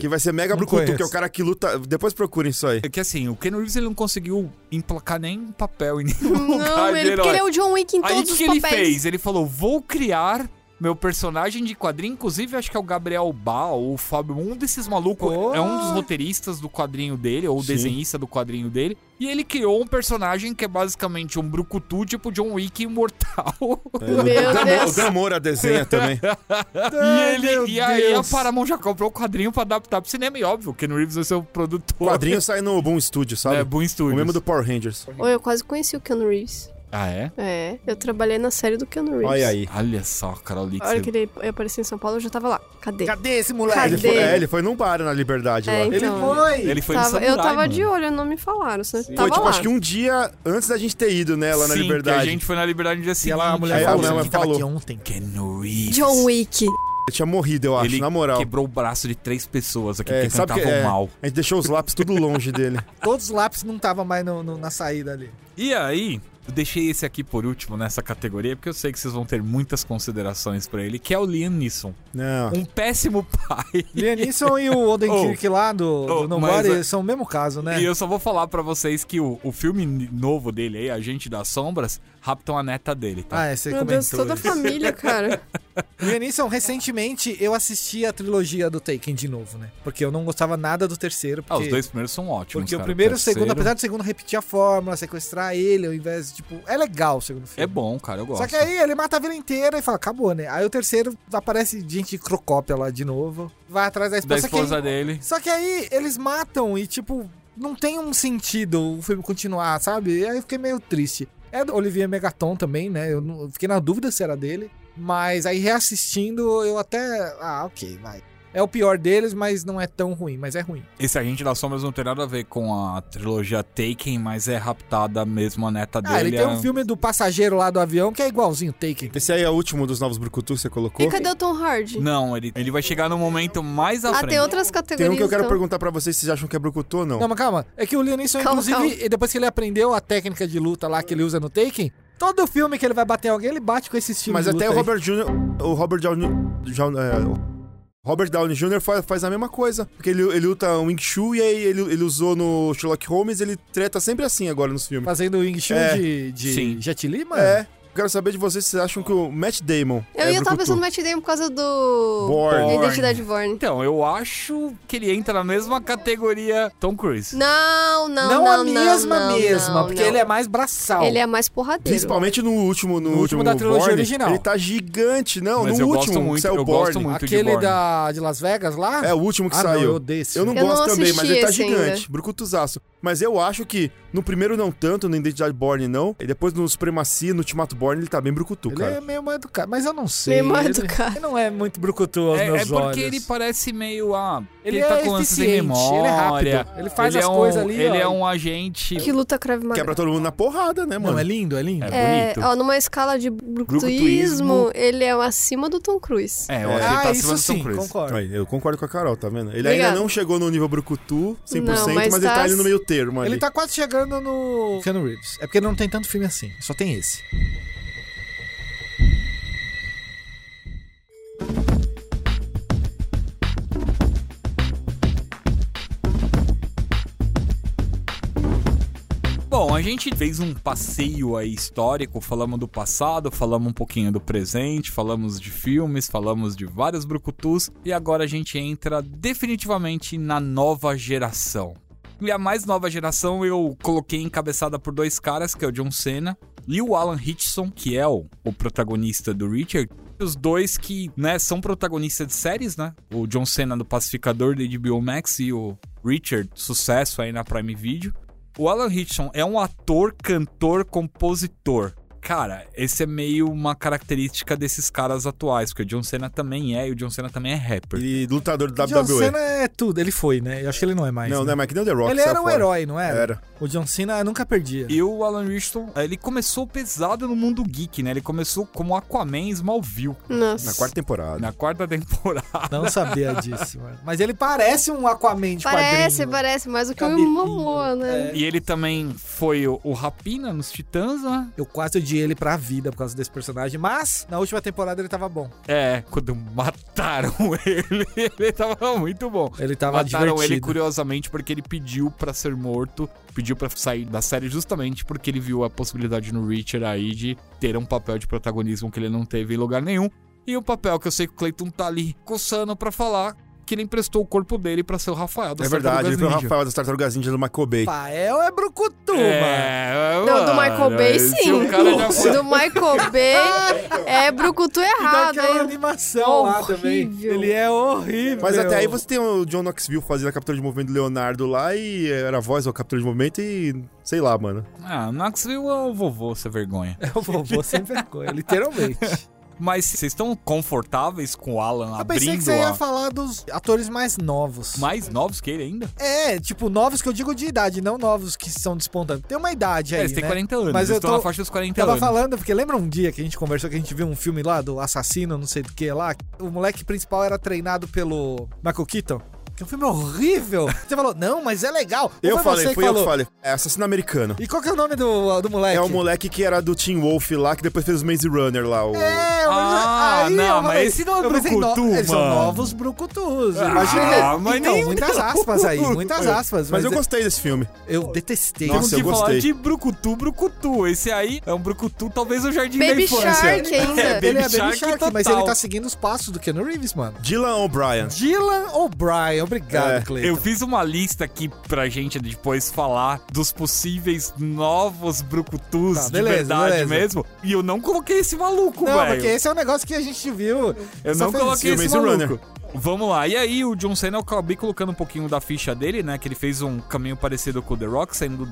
D: Que vai ser mega
C: Não
D: brucutu,
C: conheço.
D: que é o cara que luta... Depois procurem isso aí.
A: É que assim, o Ken Reeves ele não conseguiu emplacar nem papel em nenhum lugar
B: Não,
A: de
B: ele, porque
A: herói.
B: ele é o John Wick em
A: Aí o
B: todos
A: que,
B: os
A: que ele
B: papéis.
A: fez? Ele falou: vou criar meu personagem de quadrinho. Inclusive, acho que é o Gabriel Ba ou o Fábio, um desses malucos.
C: Oh.
A: É um dos roteiristas do quadrinho dele, ou o
D: Sim.
A: desenhista do quadrinho dele. E ele criou um personagem que é basicamente um brucutu, tipo John Wick imortal.
D: É, O Dan-
B: Meu
D: O
B: Deus.
D: Dan Moura desenha também.
A: E, ele-
C: meu
A: e aí a
C: Deus.
A: Paramount já comprou o quadrinho pra adaptar pro cinema. E óbvio, o Ken Reeves vai ser o
D: O
A: produtor.
D: quadrinho sai no Boom Studio, sabe?
A: É, Boom
D: o
A: Studios.
D: mesmo do Power Rangers.
B: Oi, eu quase conheci o Keanu Reeves.
A: Ah, é?
B: É, eu trabalhei na série do Keanu Reeves.
D: Olha aí.
A: Olha só, Carol Lee,
B: A
A: que
B: hora
A: você-
B: que ele apareceu em São Paulo, eu já tava lá. Cadê?
C: Cadê esse moleque?
B: Cadê?
D: Ele foi, é, ele foi num bar na Liberdade
B: É,
D: lá.
B: então.
C: Ele foi.
A: Ele foi no
B: Tava-
A: samurai,
B: eu tava
A: mano.
B: de olho, não me falaram. Você tava
D: Foi tipo,
B: lá.
D: acho que um dia antes da gente ter ido, né, lá na
A: Sim,
D: Liberdade.
A: que a gente foi na Liberdade no dia
C: E
B: é
A: seguinte.
C: ela, a mulher
D: Aí é a
C: falou,
D: mulher
C: "Você tava
D: falou.
C: aqui ontem.
A: Ken Reeves.
B: John Wick.
D: Ele tinha morrido, eu acho,
A: Ele
D: na moral.
A: quebrou o braço de três pessoas aqui
D: É,
A: que
D: sabe
A: cantavam
D: que, é,
A: mal.
D: A gente deixou os lápis tudo longe dele.
C: Todos os lápis não estavam mais no- no- na saída ali.
A: E aí, eu deixei esse aqui por último nessa categoria, porque eu sei que vocês vão ter muitas considerações pra ele, que é o Liam Neeson.
C: Ah.
D: Não.
A: Um péssimo pai.
C: Lianisson e o Odenkirk lá do,
A: Oh,
C: do No
A: mas
C: Body
A: é-
C: são o mesmo caso, né?
A: E eu só vou falar pra vocês que o, o filme novo dele aí, Agente das Sombras, raptam a neta dele, tá?
C: Ah, é, você
B: Meu
C: comentou.
B: Deus, toda a
C: isso.
B: família, cara.
C: Lianisson, recentemente eu assisti a trilogia do Taken de novo, né? Porque eu não gostava nada do terceiro.
A: Ah,
C: Porque,
A: os dois primeiros são ótimos.
C: Porque o
A: cara.
C: primeiro e o
A: terceiro
C: segundo, apesar do segundo repetir a fórmula, sequestrar ele, ao invés de, tipo. É legal o segundo filme.
A: É bom, cara, eu gosto.
C: Só que aí ele mata a vila inteira e fala, acabou, né? Aí o terceiro aparece gente de crocópia lá de novo. Vai atrás da
A: da
C: esposa.
A: esposa
C: que aí,
A: dele.
C: Só que aí eles matam e, tipo, não tem um sentido o filme continuar, sabe? E aí eu fiquei meio triste. É do Olivier Megaton também, né? Eu, não- eu fiquei na dúvida se era dele. Mas aí reassistindo, eu até. Ah, ok, vai. É o pior deles, mas não é tão ruim, mas é ruim.
A: Esse Agente das Sombras não tem nada a ver com a trilogia Taken, mas é raptada mesmo a neta dele.
C: Ah, ele tem
A: é-
C: um filme do passageiro lá do avião que é igualzinho, Taken.
D: Esse aí é o último dos novos Brucutu que você colocou.
B: E cadê o Tom Hardy?
A: Não, ele, ele vai chegar num momento mais à
B: Ah,
A: frente.
B: tem outras
D: Tem
B: categorias.
D: um que eu quero
B: então.
D: perguntar pra vocês se vocês acham que é Brucutu ou não.
C: Não, mas calma. É que o Liam Neeson,
B: Calma,
C: inclusive, depois que ele aprendeu a técnica de luta lá que ele usa no Taken, Todo filme que ele vai bater em alguém, ele bate com esse estilo
D: Mas é
C: de
D: até o
C: luta aí.
D: Robert Jr. O Robert Downey, John- é, o Robert Downey Jr. faz, faz a mesma coisa. Porque ele, ele luta um Wing Chun e aí ele, ele usou no Sherlock Holmes, ele treta sempre assim agora nos filmes.
C: Fazendo o Wing Chun
D: É.
C: de, de
A: Sim.
C: Jet Li, mano?
D: É. Eu Quero saber de vocês se vocês acham que o Matt Damon.
B: então. Eu
D: é
B: ia tava
D: brucutu?
B: pensando no Matt Damon por causa do...
D: Born.
B: Identidade Born.
A: Então, eu acho que ele entra na mesma categoria Tom Cruise.
B: Não, não,
C: Não,
B: não.
C: a mesma
B: não,
C: mesma,
B: não,
C: porque
B: não.
C: ele é mais braçal.
B: Ele é mais porradeiro.
D: Principalmente no último, no,
C: No último da trilogia
D: Bourne,
C: original.
D: Ele tá gigante, não,
A: Mas
D: no
A: eu
D: último
A: gosto muito,
D: que saiu
A: eu
D: Bourne.
A: gosto muito. de
C: Aquele
A: Borne.
C: da, de Las Vegas lá?
D: É o último que
C: ah,
D: saiu.
C: Não, eu odeio esse
D: Eu não
C: filme.
B: Eu não
D: gosto também, mas
B: assisti
D: ele tá
B: esse
D: gigante,
B: ainda.
D: brucutuzaço. Mas eu acho que no primeiro não tanto, no Identidade Borne não, e depois no Supremacia, no Ultimato Borne, ele tá bem brucutu,
C: Ele
D: cara.
C: é meio mal educado, mas eu não sei.
B: Meio mal
C: ele-
B: educado.
C: Ele não é muito brucutu aos
A: É, é
C: meus
A: porque
C: olhos.
A: ele parece meio a.
C: Ele
A: tá
C: é
A: com lance de
C: eficiente, ele é rápido,
A: memória.
C: ele faz
A: Ele
C: as
A: é um-
C: coisas ali,
A: Ele
C: ó.
A: é um agente.
B: Que luta crave magra.
D: Quebra é todo mundo na porrada, né, mano?
C: é Não, é lindo, é lindo.
A: É
B: É,
A: bonito.
B: ó, numa escala de brucutuísmo, ele é acima do Tom Cruise.
A: É, eu acho que ele
C: Ah,
A: tá acima
C: isso
A: do Tom
C: sim,
A: Cruise.
C: concordo.
D: Aí, eu concordo com a Carol, tá vendo? Ele
B: Obrigada.
D: ainda não chegou no nível brucutu 100%,
B: Não,
D: mas,
B: mas
D: ele tá
B: tá
D: ali no meio termo ali.
C: Ele tá quase chegando no Keanu Reeves. É porque não tem tanto filme assim, só tem esse.
A: Bom, a gente fez um passeio aí histórico, falamos do passado, falamos um pouquinho do presente, falamos de filmes, falamos de vários brucutus e agora a gente entra definitivamente na nova geração. E a mais nova geração eu coloquei encabeçada por dois caras, que é o John Cena e o Alan Hitchson, que é o, o protagonista do Richard. Os dois que, né, são protagonistas de séries, né? O John Cena do Pacificador da HBO Max e o Richard, sucesso aí na Prime Video. O Alan Hitchson é um ator, cantor, compositor. Cara, esse é meio uma característica desses caras atuais, porque o John Cena também é, e o John Cena também é rapper.
D: E lutador do
C: John
D: WWE.
C: Cena é tudo, ele foi, né? Eu acho que ele não é mais.
D: Não, não
C: né?
D: é mais que nem o The Rock.
C: Ele
D: saiu
C: era um
D: fora.
C: herói, não era?
D: Era.
C: O John Cena nunca perdia.
A: E o Alan Richardson, ele começou pesado no mundo geek, né? Ele começou como Aquaman em Smallville,
B: Nossa.
D: Na quarta temporada.
A: na quarta temporada.
C: Não sabia disso, mano. Mas ele parece um Aquaman de né?
B: Parece,
C: quadrinho.
B: parece, mais do que o
C: Cabelinho,
B: Momoa,
C: É.
B: né?
A: E ele também foi o, o Rapina nos Titãs, né?
C: Eu quase odiei ele pra vida por causa desse personagem, mas na última temporada ele tava bom.
A: É, quando mataram ele, ele tava muito bom.
C: Ele tava
A: Mataram
C: divertido.
A: ele curiosamente porque ele pediu pra ser morto, pediu pra sair da série justamente porque ele viu a possibilidade no Richard aí de ter um papel de protagonismo que ele não teve em lugar nenhum. E o papel que eu sei que o Clayton tá ali coçando pra falar que ele emprestou o corpo dele pra ser o Rafael da
D: É verdade, ele foi o
A: Ninja.
D: Rafael das Tartarugas Ninja do Michael Bay.
C: Rafael é brucutu, mano.
A: É,
B: Não, do
A: mano,
B: Michael Bay,
A: esse
C: é
B: sim.
C: um
A: O cara já foi
B: Do Michael Bay é brucutu
C: E dá
B: errado,
C: aquela
B: hein?
C: animação lá
B: Horrível.
C: também. Ele é horrível.
D: Mas até aí você tem o John Knoxville fazendo a captura de movimento do Leonardo lá e era a voz ou captura de movimento e sei lá, mano.
A: Ah, Knoxville é o vovô, essa vergonha.
C: É o vovô sem vergonha, literalmente.
A: Mas vocês estão confortáveis com o Alan
C: Eu pensei que
A: abrindo
C: você ia
A: a-
C: falar dos atores mais novos.
A: mais novos que ele ainda?
C: É, tipo, novos que eu digo de idade, não novos que são despontando. Tem uma idade aí,
A: é, você tem
C: né?
A: 40 anos,
C: Mas
A: eu
C: eu
A: estou
C: tô-
A: na faixa dos 40
C: Tava
A: anos.
C: falando, porque lembra um dia que a gente conversou, que a gente viu um filme lá do assassino, não sei do que lá? O moleque principal era treinado pelo Michael Keaton. Que é um filme horrível. Você falou, não, mas é legal. Ou
D: Eu
C: foi
D: falei,
C: você
D: fui eu que
C: falou?
D: falei. É assassino americano.
C: E qual que é o nome do, do moleque?
D: É o moleque que era do Team Wolf lá, que depois fez o Maze Runner lá. O...
C: É, eu-
A: Ah,
C: aí eu
A: não, mas
C: falei-
A: esse não é
C: eu pensei,
A: brucutu,
C: no- Eles são
A: mano.
C: novos brucutus.
A: Ah,
C: Imagina-
A: mas
C: então,
A: nem-
C: muitas aspas aí, muitas aspas.
D: Mas eu gostei desse filme.
C: eu detestei.
A: Temos
D: Nossa,
A: que
D: eu gostei.
A: falar de brucutu, brucutu. Esse aí é um brucutu, talvez o jardim da
B: Baby
A: infância.
B: Shark ainda.
A: É,
C: ele é
A: Baby
C: Baby
A: Shark
C: Shark,
A: total.
C: mas ele tá seguindo os passos do Keanu Reeves, mano.
D: Dylan O'Brien.
C: Dylan O'Brien, obrigado,
D: É,
C: Cleiton.
A: Eu fiz uma lista aqui pra gente depois falar dos possíveis novos brucutus
C: Tá,
A: de
C: beleza,
A: verdade
C: beleza.
A: mesmo. E eu não coloquei esse maluco,
C: Não,
A: velho.
C: porque esse é um negócio que a gente viu.
A: Eu
C: Só
A: não
C: fez
A: coloquei
D: filme,
A: esse
D: esse
A: maluco.
D: runner.
A: Vamos lá. E aí, o John Cena, eu acabei colocando um pouquinho da ficha dele, né? Que ele fez um caminho parecido com o The Rock, saindo do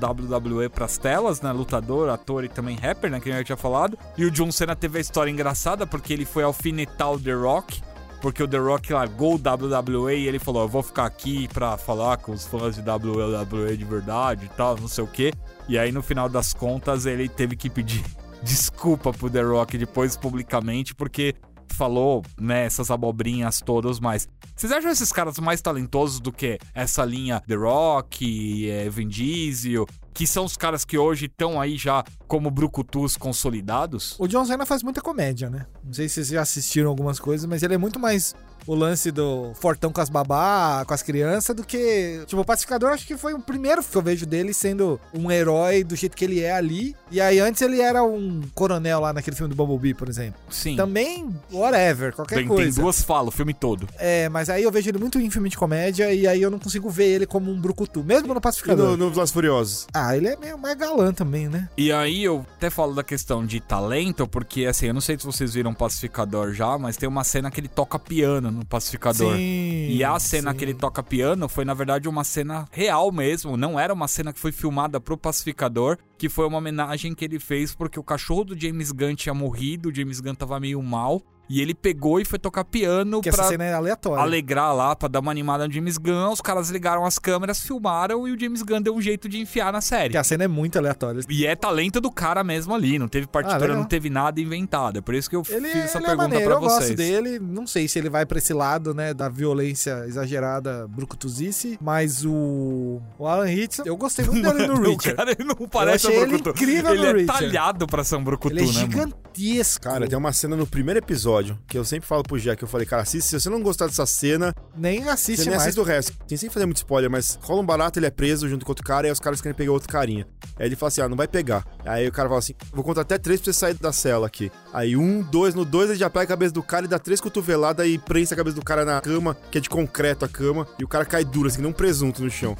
A: WWE pras telas, né? Lutador, ator e também rapper, né? Que eu já tinha falado. E o John Cena teve a história engraçada, porque ele foi alfinetar o The Rock. Porque o The Rock largou o WWE e ele falou: Eu vou ficar aqui pra falar com os fãs de WWE de verdade e tal, não sei o quê. E aí, no final das contas, ele teve que pedir desculpa pro The Rock depois publicamente, porque falou, né, essas abobrinhas todas, mas vocês acham esses caras mais talentosos do que essa linha The Rock, eh, Vin é, Diesel, que são os caras que hoje estão aí já como brucutus consolidados.
C: O John Cena faz muita comédia, né? Não sei se vocês já assistiram algumas coisas, mas ele é muito mais o lance do fortão com as babá, com as crianças, do que. Tipo, o Pacificador acho que foi o primeiro que eu vejo dele sendo um herói do jeito que ele é ali. E aí antes ele era um coronel lá naquele filme do Bumblebee, por exemplo.
A: Sim.
C: Também, whatever, qualquer
A: Tem, tem
C: coisa.
A: duas falas, o filme todo.
C: É, mas aí eu vejo ele muito em filme de comédia e aí eu não consigo ver ele como um brucutu, mesmo no
D: E
C: Pacificador.
D: no, no Velozes e Furiosos?
C: Ah, ele é meio mais galã também, né?
A: E aí eu até falo da questão de talento, porque assim, eu não sei se vocês viram Pacificador já, mas tem uma cena que ele toca piano no Pacificador.
C: Sim,
A: E a cena
C: sim.
A: que ele tá toca piano foi, na verdade, uma cena real mesmo. Não era uma cena que foi filmada pro Pacificador, que foi uma homenagem que ele fez porque o cachorro do James Gunn tinha morrido, o James Gunn tava meio mal. E ele pegou e foi tocar piano
C: Que
A: pra
C: essa cena é aleatória.
A: alegrar lá, pra dar uma animada no James Gunn. Os caras ligaram as câmeras, filmaram e o James Gunn deu um jeito de enfiar na série.
C: Que a cena é muito aleatória.
A: E é talento do cara mesmo ali, não teve partitura,
C: Ah, legal.
A: não teve nada inventado. É por isso que eu
C: Ele,
A: fiz essa
C: ele é
A: pergunta
C: maneiro,
A: pra
C: eu
A: vocês.
C: gosto dele. Não sei se ele vai pra esse lado, né, da violência exagerada, brucutuzice, mas o, o Alan Hitchens, eu gostei muito dele no
A: O
C: Richard.
A: cara ele não parece
C: achei
A: um
C: ele
A: brucutu.
C: incrível
A: ele
C: no
A: é
C: Richard.
A: talhado pra ser um brucutu,
C: Ele é
A: né, mano?
C: gigantesco.
D: Cara, tem uma cena no primeiro episódio que eu sempre falo pro Jack, eu falei, cara, assiste, se você não gostar dessa cena,
C: Nem
D: um- você
C: assiste
D: nem
C: é mais.
D: assiste o resto. Tem sem fazer muito spoiler, mas rola um barato, ele é preso junto com outro cara, e aí os caras querem pegar outro carinha. Aí ele fala assim, ah, não vai pegar. Aí o cara fala assim, vou contar até três pra você sair da cela aqui. Aí um, dois, no dois ele já pega a cabeça do cara e dá três cotoveladas e prensa a cabeça do cara na cama, que é de concreto a cama, e o cara cai duro, assim, que nem um presunto no chão.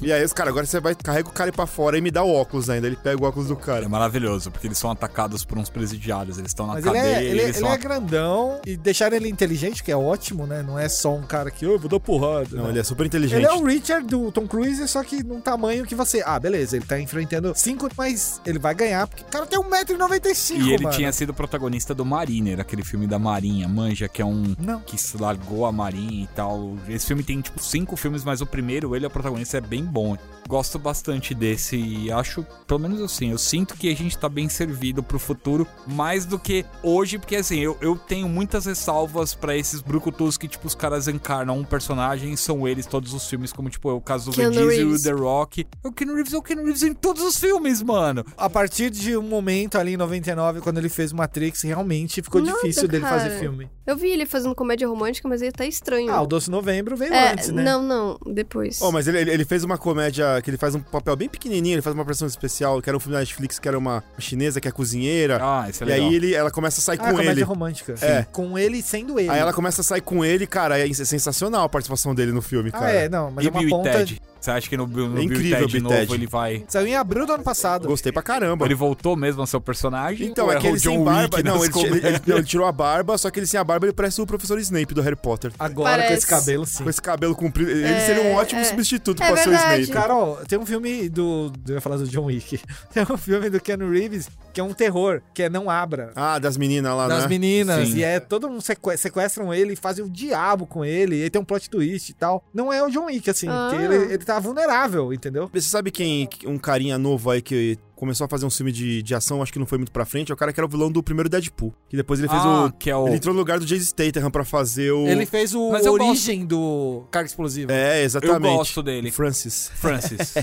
D: E aí os caras, agora você vai, carrega o cara pra fora e me dá o óculos ainda. Ele pega o óculos do
A: É
D: cara.
A: maravilhoso, porque eles são atacados por uns presidiários, eles estão na
C: Mas ele
A: cadeia,
C: é, ele, é-
A: eles
C: ele
A: são
C: é grandão e deixaram ele inteligente, que é ótimo, né? Não é só um cara que, "Ô, eu vou dar porrada.
D: Não, ele é super inteligente.
C: Ele é o Richard do Tom Cruise, só que num tamanho que você. Ah, beleza, ele tá enfrentando 5, mas ele vai ganhar, porque o cara tem 1,95m.
A: E ele
C: mano.
A: tinha sido protagonista do Mariner, aquele filme da Marinha, Manja, que é um
C: Não.
A: que se largou a Marinha e tal. Esse filme tem, tipo, cinco filmes, mas o primeiro, ele é o protagonista, é bem bom. Gosto bastante desse e acho, pelo menos assim, eu sinto que a gente tá bem servido pro futuro, mais do que hoje, porque assim, eu, eu tenho muitas ressalvas pra esses brucutus que, tipo, os caras encarnam um personagem e são eles todos os filmes, como, tipo, é o caso do Vin
B: Keanu
A: Diesel e o
B: Reeves.
A: The Rock. O Keanu Reeves é o Keanu Reeves em todos os filmes, mano.
C: A partir de um momento ali em 99, quando ele fez Matrix, realmente ficou
B: Nada,
C: difícil dele
B: cara.
C: fazer filme.
B: Eu vi ele fazendo comédia romântica, mas ele tá estranho.
C: Ah, o Doce Novembro veio
B: é,
C: antes, né?
B: Não, não, depois.
D: Oh, mas ele, ele- ele fez uma comédia que ele faz um papel bem pequenininho, ele faz uma versão especial, que era um filme da Netflix, que era uma chinesa que é cozinheira.
A: Ah, isso é
D: e
A: legal.
D: aí ele, ela começa a sair
C: Ah,
D: É com
C: comédia
D: ele.
C: romântica.
D: É.
C: Sim, Com ele sendo ele.
D: Aí ela começa a sair com ele, cara, é sensacional a participação dele no filme,
C: ah,
D: cara.
C: é, não, mas
A: e
C: é uma
A: Bill
C: ponta...
A: e Ted? Você acha que no, Bill- no
D: É
A: Bill e
D: incrível,
A: Ted
D: Bill e
A: novo
D: Ted.
A: ele vai.
C: Saiu em abril do ano passado.
D: Gostei pra caramba.
A: Ele voltou mesmo a ser o personagem?
D: Então,
A: ou
D: é
A: é
D: que ele
A: o John
D: sem barba.
A: Wick
D: Não
A: nas
D: ele, ele-
A: comédias?
D: ele- não, ele tirou a barba, só que ele sem a barba ele parece o professor Snape do Harry Potter.
C: Agora com
B: Parece.
C: esse cabelo, sim.
D: Com esse cabelo comprido. Ele seria um ótimo
B: é.
D: substituto
B: É
D: pra ser o
B: verdade.
D: Snape.
C: Carol, tem um filme do. Eu ia falar do John Wick. Tem um filme do Keanu Reeves que é um terror, que é Não Abra.
D: Ah, das meninas lá,
C: das
D: né?
C: meninas.
A: Sim.
C: E é todo mundo seque- sequestram ele e fazem o diabo com ele. E aí tem um plot twist e tal. Não é o John Wick, assim.
B: Ah.
C: porque ele, ele tá vulnerável, entendeu?
D: Você sabe quem, um carinha novo aí que começou a fazer um filme de, de ação, acho que não foi muito pra frente, é o cara que era o vilão do primeiro Deadpool. Que depois ele fez
A: ah,
D: o.
A: que é o.
D: Ele entrou no lugar do Jason Statham pra fazer o.
C: Ele fez o
A: Mas eu
C: Origem do Carga Explosiva.
D: É,
A: Eu
D: exatamente.
A: gosto dele.
D: Francis.
A: Francis.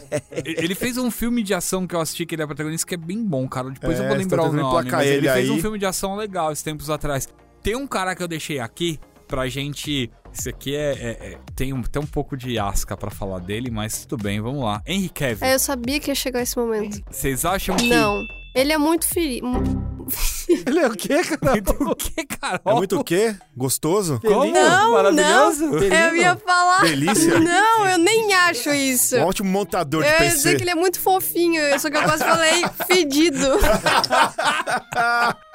A: ele fez um filme de ação que eu assisti que ele é protagonista que é bem bom, cara. Depois
D: É,
A: eu vou
D: você tá
A: lembrar o
D: tentando
A: nome.
D: emplacar
A: Mas ele,
D: ele
A: fez
D: aí.
A: um filme de ação legal esses tempos atrás. Tem um cara que eu deixei aqui pra gente. Esse aqui é. é- é- tem, um, tem um pouco de asca pra falar dele, mas tudo bem, vamos lá. Henry Cavill.
B: É, eu sabia que ia chegar esse momento.
A: Vocês acham que.
B: Não. Ele é muito ferido.
C: Ele é o quê, cara?
A: Do que, cara?
D: É muito o quê? Gostoso?
A: Como?
B: Não,
A: Maravilhoso?
B: Eu ia falar.
D: Delícia?
B: Não, eu nem acho isso.
D: Um ótimo montador
B: Eu
D: de
B: ia
D: PC.
B: dizer que ele é muito fofinho, só que eu quase falei fedido.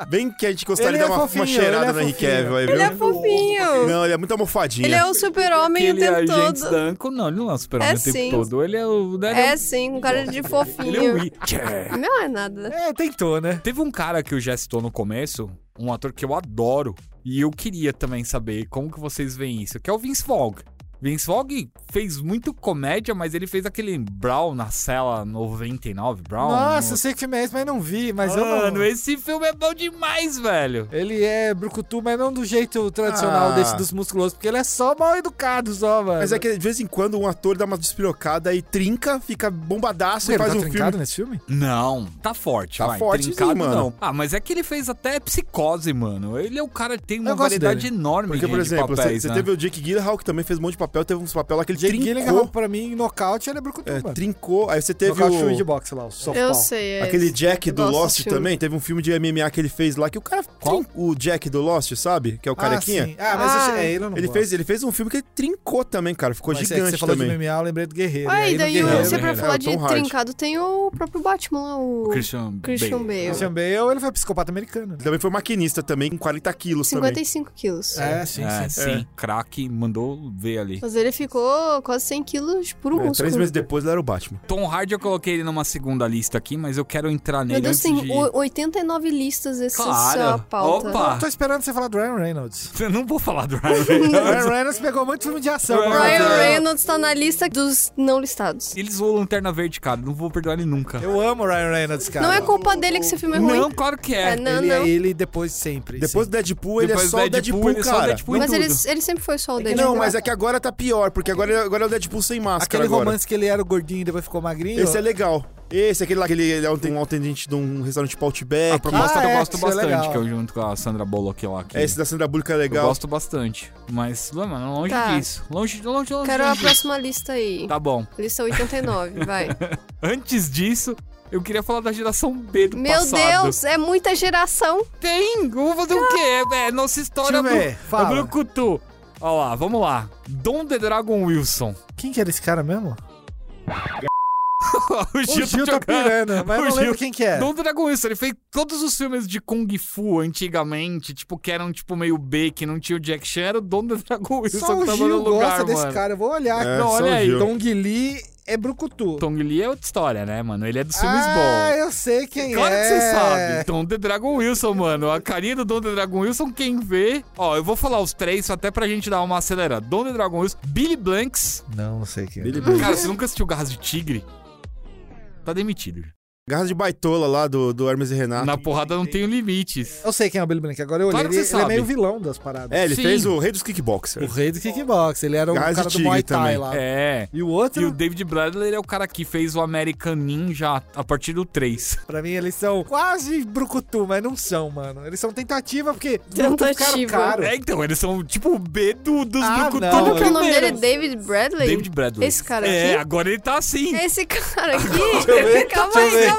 D: Bem que a gente gostaria de
C: Ele
D: dar
C: é
D: uma, uma
C: fofinho,
D: cheirada
C: ele é
D: no Henry
C: fofinho.
D: Cavill aí, viu?
B: Ele é fofinho.
D: Não, ele é muito almofadinha.
B: Ele é o super-homem o
A: ele é
B: tempo
A: agente
B: todo.
A: Stanko. Não, ele não é o super-homem
B: É
A: o tempo
B: sim.
A: todo. Ele é o... Ele é,
B: É sim, um cara de
A: ele é o
B: fofinho.
A: Witcher.
B: Não é nada.
C: É, tentou, né?
A: Teve um cara que eu já citou no começo, um ator que eu adoro, e eu queria também saber como que vocês veem isso, que é o Vince Vaughn. Vince Vaughn fez muito comédia, mas ele fez aquele Brown na cela 99, Brown.
C: Nossa,
A: no-
C: eu sei que filme é esse, mas não vi, mas eu
A: um Mano,
C: não...
A: esse filme é bom demais, velho.
C: Ele é brucutu, mas não do jeito tradicional
D: Ah.
C: desse dos musculosos, porque ele é só mal educado, só, mano.
D: Mas é que de vez em quando um ator dá uma despirocada e trinca, fica bombadaço e
C: ele
D: faz
C: tá
D: um
C: trincado
D: filme.
C: nesse filme?
A: Não, tá forte,
D: Tá
A: vai.
D: forte,
A: Trincado,
D: sim, mano.
A: não. Ah, mas é que ele fez até psicose, mano. Ele é o cara que tem uma
C: Eu gosto
A: variedade
C: dele.
A: enorme
D: Porque,
A: de,
D: por
A: de
D: exemplo,
A: papéis,
D: você
A: né?
D: teve o Jake Gyllenhaal, que também fez um monte de papel, teve uns papel lá que ele
C: Jake Gyllenhaal,
D: trincou.
C: pra mim, em nocaute, ele é brucutu,
D: é,
C: mano.
D: trincou. Aí você teve
C: nocaute o...
D: o...
C: de boxe lá, o softball.
B: Eu sei, é
D: Aquele
B: esse.
D: Jack
B: Eu
D: do
B: gosto desse
D: Lost
B: filme.
D: também, teve um filme de MMA que ele fez lá que o cara.
A: Qual?
D: trin- O Jack do Lost, sabe? Que é o
C: Ah,
D: carequinha.
C: sim. ah mas
B: Ah.
C: esse- é, ele eu não
D: Ele
C: gosto.
D: fez, ele fez um filme que ele trincou também, cara. Ficou
C: Mas é que
D: gigante
C: você falou
D: também.
C: de MMA, eu lembrei do Guerreiro.
B: Ah, e
C: no
B: daí
C: um Guerreiro,
B: você
A: né?
B: pra
A: É,
B: falar
D: o
B: de
D: Tom Hardy.
B: trincado, tem o próprio Batman lá, o
A: Christian,
B: Tipo, Christian
A: Bale.
B: Bale.
C: Christian Bale, ele foi psicopata americano.
D: Ele também foi maquinista também, com 40 quilos também.
B: 55 quilos.
C: É, sim,
A: É,
C: sim.
A: sim, craque, mandou ver ali.
B: Mas ele ficou quase 100 quilos por um
D: É,
B: músculo.
D: três meses depois ele era o Batman.
A: Tom Hardy eu coloquei ele numa segunda lista aqui, mas eu quero entrar nele
B: Meu Deus,
A: antes
B: tem
A: de...
B: o- 89 listas essa
A: Claro.
B: sua pauta.
A: Opa!
C: Tô esperando você falar do Ryan Reynolds.
A: Eu não vou falar do Ryan Reynolds.
C: O Ryan Reynolds pegou muito filme de ação.
A: Ryan
C: pra
B: Ryan
C: fazer.
B: Reynolds tá na lista dos não listados.
A: Eles zoam Lanterna Verde, cara. Não vou perdoar ele nunca.
C: Eu amo o Ryan Reynolds, cara.
B: Não é culpa dele que esse filme é ruim.
A: Não, claro que é.
B: É, não,
C: ele
B: não.
C: é ele depois sempre.
D: Depois
C: sim.
D: do Deadpool, ele é
A: Depois
D: só o Deadpool,
A: ele é só o
D: cara.
A: Deadpool em
B: Mas
A: tudo.
B: ele, ele sempre foi só o dele.
D: Não, mas é que agora tá pior, porque agora, agora é o Deadpool sem máscara
C: Aquele
D: agora.
C: romance que ele era o gordinho e depois ficou magrinho.
D: Esse é legal. Esse, aquele lá que ele, ele é um, tem um atendente de um restaurante tipo Outback.
A: A proposta
C: Ah,
A: eu
C: é,
A: gosto
C: isso é
A: bastante,
C: legal.
A: que eu junto com a Sandra Bullock lá. Que
D: É, Esse da Sandra Bullock é
A: eu
D: legal.
A: gosto bastante. Mas, mano, longe
B: Tá.
A: disso. Longe, longe, longe.
B: Quero a
A: longe disso.
B: próxima lista aí.
A: Tá bom.
B: Lista 89, vai.
A: Antes disso, eu queria falar da geração B do
B: Meu
A: passado.
B: Deus, é muita geração.
A: Tem! Eu vou fazer o quê? É, é nossa história
C: Deixa eu ver,
A: do...
C: fala.
A: É Brucutu. Olha lá, vamos lá. Dom The Dragon Wilson.
C: Quem que era esse cara mesmo?
A: o
C: O Gil tá
A: jogando.
C: pirando, mas eu
A: O
C: não lembro
A: Gil-
C: quem que é.
A: Dom Dragon Wilson, ele fez todos os filmes de Kung Fu antigamente, tipo, que eram tipo meio B, que não tinha o Jack Chan, era o Dom Dragon Wilson
C: Só o
A: que tava
C: Gil
A: no lugar,
C: gosta desse
A: mano.
C: cara. Eu vou olhar.
D: É,
A: Não,
D: só
A: olha
D: o
A: aí,
D: Gil.
C: Dong Lee é brucutu.
A: Tong Lee é outra história, né, mano? Ele é dos filmes
C: ah,
A: bons.
C: eu sei quem
A: Claro
C: é.
A: que você sabe. Dom The Dragon Wilson, mano. A carinha do Dom The Dragon Wilson, quem vê... Ó, eu vou falar os três, só até pra gente dar uma acelerada. Dom The Dragon Wilson, Billy Blanks...
C: Não, não sei quem é.
D: Billy
A: Cara, você nunca assistiu Garras de Tigre? Tá demitido.
D: Garra de Baitola lá do, do Hermes e Renato.
A: Na porrada não tenho limites.
C: Eu sei quem é o Billy Blank. Agora eu olhei.
A: Claro que
C: ele,
A: você
C: ele é
A: sabe. É,
C: meio vilão das paradas.
D: É, ele
A: Sim.
D: fez o Rei dos Kickboxers.
C: O rei do kickbox. Ele era o
D: Gás de
C: cara do
D: tigre
C: Muay Thai
D: também.
C: lá.
A: É...
C: E o
A: E
C: outro,
A: o David Bradley ele é o cara que fez o American Ninja a partir do 3.
C: pra mim, eles são quase brucutu, mas não são, mano. Eles são tentativa, porque
B: Tentativa.
C: Cara caro.
A: É, então, eles são tipo o B do, dos
C: Ah,
A: Brucutu
C: não.
B: Como
A: no
B: que é o nome
A: Tá
B: dele?
A: primeiro.
B: David Bradley?
A: David Bradley.
B: Esse cara
A: É,
B: aqui?
A: agora ele tá assim.
B: Esse cara aqui?
C: eu ver,
B: calma
C: deixa eu
B: aí,
C: ver.
B: calma aí.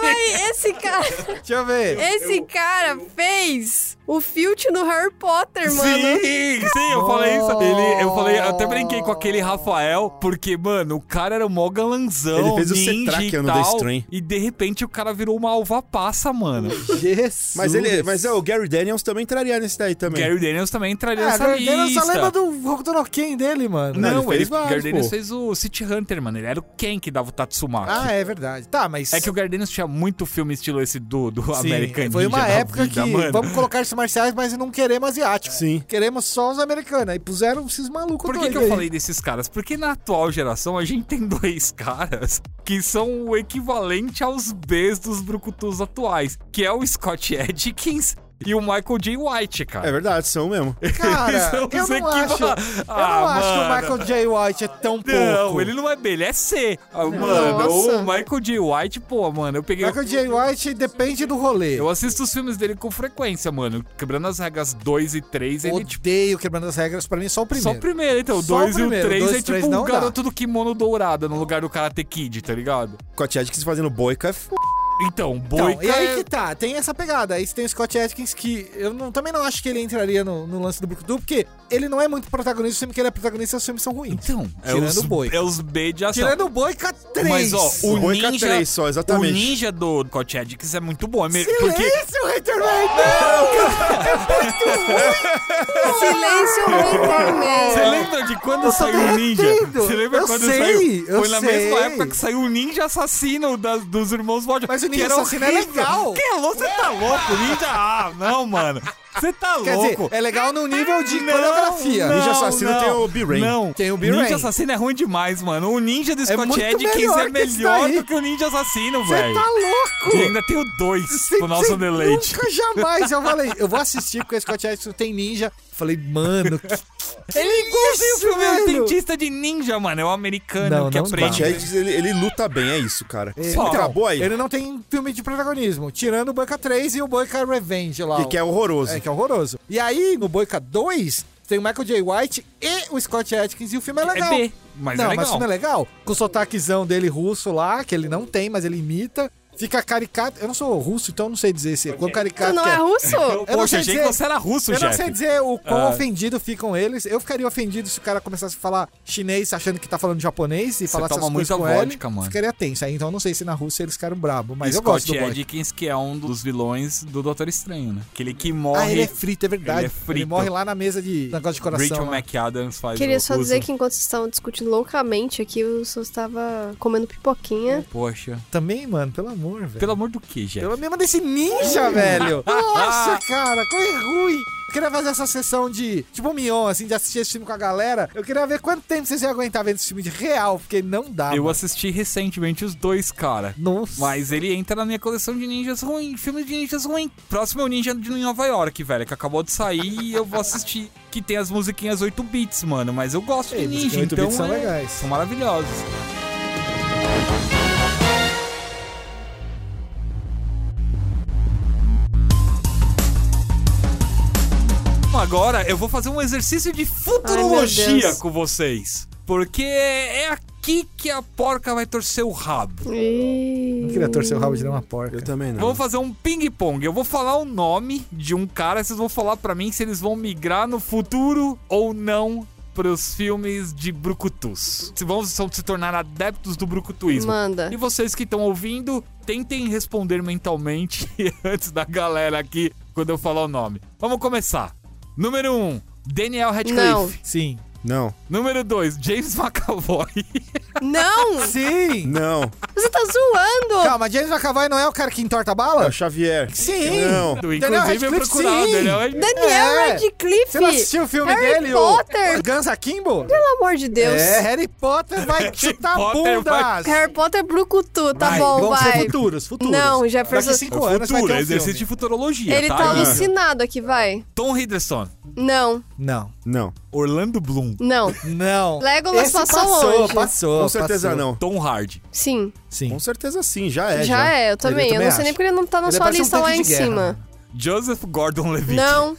B: Esse cara,
C: Deixa eu ver.
B: esse cara fez o Filch no Harry Potter,
A: Sim,
B: mano.
A: sim, eu falei isso. Ele, eu falei, eu até brinquei com aquele Rafael, porque, mano, o cara era o mó galanzão.
D: Ele fez o
A: ninja
D: Cetrac
A: e
D: no The
A: tal,
D: Strain.
A: E de repente o cara virou uma alva passa, mano.
C: Jesus.
D: Mas ele, mas é, o Gary Daniels também entraria nesse daí também.
A: Gary Daniels também entraria
C: É,
A: nessa
C: Gordon, eu
A: lista.
C: só lembro do Rokutonoken dele, mano.
D: Não,
A: Não,
D: ele
A: ele,
D: fez vários,
A: Gary Daniels
D: pô.
A: fez o City Hunter, mano. Ele era o Ken que dava o Tatsumaki.
C: Ah, é verdade. Tá, mas.
A: É que o Gardenius tinha muito filme estilo esse do, do
C: Sim,
A: American
C: Foi
A: Ninja
C: uma
A: da
C: época
A: vida,
C: que
A: mano.
C: vamos colocar esses marciais, mas não queremos asiático.
D: Sim.
C: Queremos só os americanos. Aí puseram esses malucos
A: Por que,
C: doidos
A: que eu
C: aí.
A: falei desses caras? Porque na atual geração a gente tem dois caras que são o equivalente aos Bs dos brucutus atuais, que é o Scott Adkins e o Michael J. White,
D: É
A: cara.
D: verdade, são mesmo.
C: É, Cara,
A: São
C: eu
A: os
C: não
A: equiva-
C: acho. Eu
A: é
C: não
A: um Ah,
C: acho que o
A: mano.
C: Michael J. White é tão
A: Não,
C: pouco.
A: ele não é B, ele é C. Ah, Mano,
B: Nossa.
A: o Michael J. White, pô, mano, eu peguei.
C: Michael J. White depende do rolê.
A: é um Eu assisto os filmes dele com frequência, mano. Quebrando as regras 2 e 3, ele, tipo.
C: Odeio quebrando as regras. Pra mim,
A: Só
C: só o
A: o
C: primeiro.
A: primeiro, então. O
C: Só o
A: 2 e o
C: primeiro,
A: 3
C: dois
A: é
C: e três
A: tipo o
C: não dá.
A: garoto do kimono dourado no lugar do Karate Kid, tá ligado?
D: Scott Adkins fazendo boica é f...
A: Então,
C: Então,
A: Boica
C: e aí
A: é-
C: que tá, tem essa pegada. Aí você tem o Scott Atkins, que eu não- também não acho que ele entraria no, no lance do Brucutu, porque ele não é muito protagonista, o filme que ele é protagonista, os filmes são ruins.
A: Então, é
C: Tirando
A: os,
C: o Boica.
A: é os B de ação.
C: Tirando o Boica 3.
A: Mas, ó, o
D: Boica
A: ninja...
D: 3 só,
A: o
D: exatamente.
A: ninja do Scott Adkins é muito bom. é me-
C: Silêncio,
A: Porque...
C: Haterman! Não!
B: Silêncio
A: Você
C: É.
B: Winterman.
A: lembra de quando saiu o Ninja?
C: derretendo.
A: Você lembra
C: Eu
A: quando
C: sei,
A: saiu?
C: eu
A: Foi na mesma
C: sei.
A: época que saiu o Ninja Assassino das- dos irmãos Waldron.
C: Mas o
A: que
C: Ninja
A: era
C: Assassino é
A: horrível.
C: legal.
A: Que louco, você tá louco, Ninja? Ah, não, mano. Você tá
C: Quer dizer,
A: louco.
C: é legal no nível de coreografia.
A: não,
D: Ninja Assassino
A: não,
D: tem o B-Rain.
A: Não.
C: Tem o
A: Ninja
C: B-Rain. É
A: Assassino é ruim demais, mano. O Ninja do Scott
C: muito
A: Edkins é
C: melhor que esse
A: melhor
C: daí.
A: do que o Ninja Assassino,
C: Você
A: velho.
C: tá louco? um
A: E ainda tem o 2
C: Cê-
A: pro nosso
C: cê
A: deleite.
C: Nunca jamais. Eu falei, eu vou assistir porque o Scott Edson tem ninja. Falei, mano, que.
A: Ele é igualzinho o
C: isso,
A: filme do
C: velho?
A: dentista de ninja, mano. É o americano
C: Não,
A: que
C: não
A: aprende.
C: dá.
D: Chad, ele, ele luta bem, é isso, cara.
C: É,
D: Só acabou aí.
C: Ele não tem filme de protagonismo, tirando o Boica 3 e o Boica Revenge lá.
D: Que, que é horroroso.
C: É, que é horroroso. E aí, no Boica 2, tem o Michael J. White e o Scott Atkins, e o filme é legal.
A: É B, mas
C: não,
A: é
C: mas
A: legal.
C: o filme é legal. Com o sotaquezão dele russo lá, que ele não tem, mas ele imita. Fica caricato. Eu não sou russo, então eu não sei dizer se quão
B: Tu
C: caricato
B: não
C: que
B: é
C: é.
B: russo?
A: Eu,
C: Eu
A: poxa,
C: não sei
A: achei que
C: dizer-
A: você era russo,
C: Eu não
A: Jeff.
C: sei dizer o quão
A: Ah.
C: ofendido ficam eles. Eu ficaria ofendido se o cara começasse a falar chinês achando que tá falando japonês e falar essas
A: toma
C: coisas
A: muita
C: com
A: vodka,
C: ele.
A: mano.
C: Ficaria tenso. Aí, então eu não sei se na Rússia eles ficaram brabo, mas eu gosto
A: Scott
C: do Boica.
A: Edkins, que é um dos vilões do Doutor Estranho, né? Aquele que morre.
C: Ah, ele é frito, é verdade.
A: Ele é frito.
C: morre lá na mesa de negócio de
A: Rachel
C: coração. né? lá.
A: McAdams faz
B: Queria
A: o-
B: só
A: usa.
B: dizer que enquanto vocês estavam discutindo loucamente aqui, eu só estava comendo pipoquinha.
A: Poxa.
C: Também, mano, pelo amor, velho.
A: Pelo amor do que, Jeff?
C: Pelo mesmo desse ninja, velho. Nossa, cara, como é ruim. Eu queria fazer essa sessão de, tipo, um Mion, assim, de assistir esse filme com a galera. Eu queria ver quanto tempo vocês iam aguentar vendo esse filme de real, porque não dá.
A: Eu
C: mano.
A: assisti recentemente os dois, cara.
C: Nossa.
A: Mas ele entra na minha coleção de ninjas ruim, filmes de ninjas ruim. Próximo é o Ninja de Nova York, velho, que acabou de sair e eu vou assistir. Que tem as musiquinhas 8 bits, mano. Mas eu gosto de
C: Ei, mas
A: ninja,
C: que 8
A: então.
C: bits são
A: é-
C: legais.
A: São maravilhosos. Agora eu vou fazer um exercício de
B: Ai, meu
A: futurologia
B: Deus.
A: com vocês. Porque é aqui que a porca vai torcer o rabo.
C: Eu
B: Ih.
C: queria torcer o rabo de dar uma porca.
D: Eu também não.
A: Vamos fazer um ping-pong. Eu vou falar o nome de um cara, vocês vão falar pra mim se eles vão migrar no futuro ou não pros filmes de brucutus. Se vão se se tornar adeptos do brucutuísmo.
B: Manda.
A: E vocês que estão ouvindo, tentem responder mentalmente antes da galera aqui quando eu falar o nome. Vamos começar. Número 1, um, Daniel
B: Não.
A: Radcliffe.
C: Sim.
D: Não,
A: Número 2, James McAvoy.
B: Não!
C: Sim!
D: não.
B: Você tá zoando!
C: Calma, James McAvoy não é o cara que entorta a
D: É
C: bala?
D: o Xavier.
C: Sim!
D: Não.
A: Inclusive, eu
C: Radcliffe,
A: procurar o
C: sim.
A: Daniel Radcliffe.
B: Daniel
C: É.
B: Radcliffe!
C: Você não assistiu o filme
B: Harry
C: dele?
B: Potter.
C: O Guns Akimbo?
B: Pelo amor de Deus.
C: É, Harry Potter vai chutar
A: Potter vai-
C: bundas!
B: Harry Potter Brucutu, tá
C: Vai,
B: bom,
C: vamos ser
B: vai.
C: futuros, futuros.
B: Não, Jefferson-
C: Daqui cinco
D: É
C: anos vai ter
A: Futuro,
C: um
A: exercício de
C: filme.
A: futurologia,
B: Ele
A: tá?
B: tá
A: gente?
B: alucinado aqui, vai.
A: Tom Hiddleston,
B: Não,
C: Não,
D: Não.
A: Orlando Bloom,
B: não.
C: não.
B: Legolas
C: Esse
B: passou
C: passou,
B: longe.
C: passou,
D: Com certeza
C: passou.
D: não.
A: Tom Hardy.
B: Sim,
C: Sim.
D: Com certeza sim, já é.
B: já é, eu também. Eu
C: também
B: não sei nem
C: acho.
B: porque ele não tá na
C: Ele
B: sua
C: parece um
B: lista lá
C: tanque
B: em
C: de guerra,
B: cima.
A: Joseph Gordon-Levitt.
B: Não.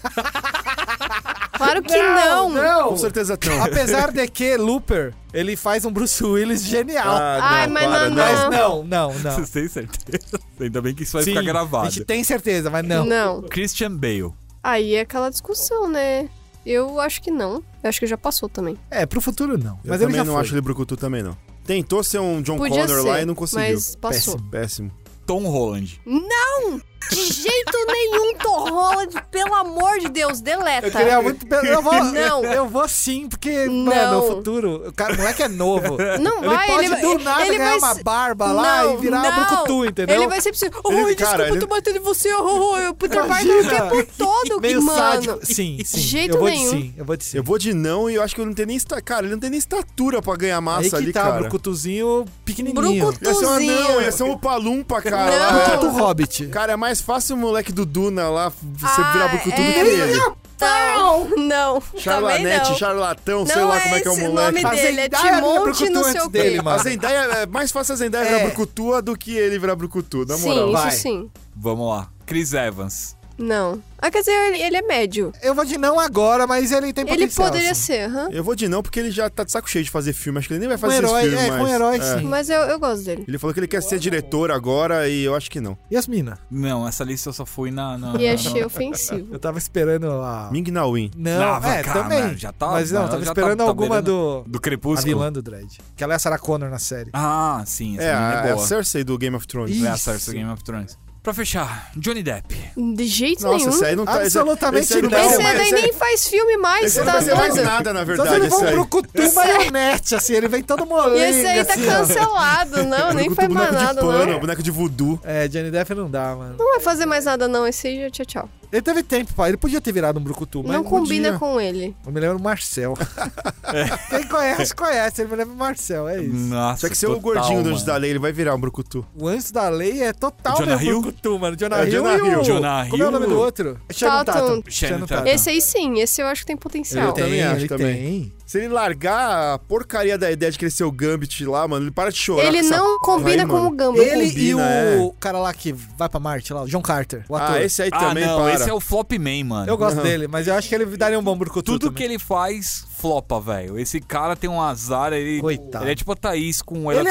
B: Claro que não.
D: Com certeza não.
C: Apesar de que Looper, ele faz um Bruce Willis genial.
D: Ah,
B: Ai, mas
D: para,
B: não,
C: mas não, não, não.
A: Vocês têm certeza? Ainda bem que isso vai
C: Sim,
A: ficar gravado.
C: A gente tem certeza, mas não.
B: não.
A: Christian Bale.
B: Aí é aquela discussão, né? Eu acho que não. Eu acho que já passou também.
C: É, pro futuro não.
D: Eu
C: mas ele
D: também
C: já
D: não
C: foi.
D: acho ele brucutu também, não. Tentou ser um John
B: Podia
D: Connor
B: ser,
D: lá e não conseguiu.
B: mas passou.
D: Péssimo. Péssimo.
A: Tom Holland.
B: Não! De jeito nenhum, Tom Holland, pelo amor de Deus, deleta.
C: Eu queria é muito. Eu vou,
B: Não.
C: eu vou sim, porque,
B: Não.
C: mano, o futuro. O cara, o moleque é novo.
B: Não
C: ele
B: vai,
C: pode
B: ele vai-
C: do nada
B: ele
C: ganhar
B: vai
C: uma
B: se-
C: barba lá e virar
B: não,
C: brucutu, entendeu?
B: Ele vai ser preciso. Oh,
D: Ele-
B: desculpa,
D: cara, ele-
B: eu tô batendo em você, oh, oh, eu Peter Parker o
C: Imagina.
B: tempo todo,
C: Meio
B: mano.
C: sádico. Sim, sim.
B: Jeito
C: eu vou
B: nenhum.
C: de sim, eu vou de sim.
D: Eu vou de não e eu acho que ele não tem nem estatura. Cara, ele não tem nem estatura pra ganhar massa
C: Aí que
D: ali,
C: tá,
D: cara.
C: brucutuzinho pequenininho.
B: Brucutu.
D: Ia ser um anão,
B: Brucutuzinho.
D: ia ser um palumpa, cara.
B: Não.
D: lá.
C: Brucutu Hobbit.
D: Cara, é mais fácil o moleque do Duna lá você
B: Ah,
D: virar brucutu do
B: é.
D: que ele.
B: Não, não. também
D: Charlanete,
B: não.
D: charlatão, sei
B: Não
D: lá
B: é
D: como é que é o
B: esse
D: moleque.
B: nome dele, é
C: Zendaya era
B: Timonte
C: brucutu
B: não
C: antes
B: sei o
C: dele,
B: quê.
D: A
C: mano.
D: Zendaya, é mais fácil a Zendaya virar
C: É.
D: brucutua do que ele virar brucutu, na moral.
B: Sim,
C: Vai.
B: isso sim.
A: Vamos lá. Chris Evans.
B: Não. Ah, quer dizer, ele, ele é médio.
C: Eu vou de não agora, mas ele tem
B: ele
C: potencial.
B: poderia
C: assim.
B: ser, aham.
D: Eu vou de não porque ele já tá de saco cheio de fazer filme, acho que ele nem vai
C: Um
D: fazer esse
C: herói,
D: filme
C: é,
D: mais.
C: com um herói
D: É.
C: sim.
B: Mas eu, eu gosto dele.
D: Ele falou que ele quer ser diretor agora e eu acho que não.
C: E as mina?
A: Não, essa lista eu só fui na... na
B: E é
A: na-
B: achei ofensivo.
C: Eu tava esperando a...
D: Ming Na Win.
C: Não,
A: Ah,
C: é,
A: cara,
C: também.
A: mano, já tá-
C: mas não,
A: mano,
C: tava
A: já tá-
C: esperando
A: tá
C: alguma
A: beirando-
C: do...
A: Do
C: A
A: Crepúsculo.
C: vilã do Dredd. Que ela é a Sarah Connor na série.
A: Ah, sim. Essa
D: É,
A: menina
D: a,
A: é
D: é a
A: boa.
D: Cersei do Game of Thrones.
A: É a
C: Isso.
A: Cersei Game of Thrones. Pra fechar, Johnny Depp.
B: De jeito
D: Nossa,
B: nenhum.
D: esse aí não tá... esse-
C: Absolutamente
D: esse aí não.
C: não.
B: Esse
D: vai-
C: mas
B: daí
D: esse aí-
B: nem faz filme mais,
D: Esse aí não
B: tá
D: vai ser mais
B: doido?
D: nada, na
C: Só se ele
D: verdade,
C: for
D: esse
C: um
D: aí.
C: brucutu marionete, assim. Ele vem todo
B: E
C: molengo,
B: esse aí tá
C: assim, ó.
B: cancelado, não, nem né?
D: Brucutu,
B: faz mais
D: boneco de
B: nada,
D: pano,
B: não.
D: boneco de voodoo.
C: É, Johnny Depp não dá, mano.
B: Não vai fazer mais nada, não. Esse aí já tchau, tchau.
C: Ele teve tempo, pá. Ele podia ter virado um brucutu, mas
B: não combina
C: podia.
B: com ele.
C: Eu me lembro do Marcel. Quem conhece, conhece. Ele me lembra do Marcel, é isso.
A: Nossa,
D: Só que se é o
A: total,
D: gordinho do
A: mano.
D: Anjos da Lei, ele vai virar um brucutu.
C: O Anjos da Lei é total
A: Jonah
C: meu
A: Hill?
C: brucutu, mano. Jonah
D: É,
C: Hill
D: Jonah
C: e o...
D: Hill.
A: Jonah
C: Como é o nome
A: Hill?
C: do outro?
D: Shannon
B: Tatum.
D: Tatum. é
A: Shannon
C: Shannon
A: Tatum.
C: Tatum.
B: Esse aí sim, esse eu acho que tem
D: Eu
B: potencial.
D: também acho,
C: ele
D: também.
C: tem.
D: Se ele largar a porcaria da ideia de crescer o Gambit lá, mano, ele para de chorar.
B: Ele
D: com essa
B: não
D: porra
B: combina
D: aí,
B: com o
D: mano.
B: Gamba.
C: Ele e o
D: combina, é.
C: cara lá que vai pra Marte, lá, o John Carter, o ator.
D: Ah, esse aí
A: Ah,
D: também
A: não,
D: para.
A: esse é o Flop Man, mano.
C: Eu gosto
D: Aham.
C: dele, mas eu acho que ele daria um bom brucutu
A: Tudo que
C: também.
A: ele faz, flopa, velho. Esse cara tem um azar, ele.
C: Coitado.
A: Ele é tipo a Thaís com o
C: Ele é o Gambit,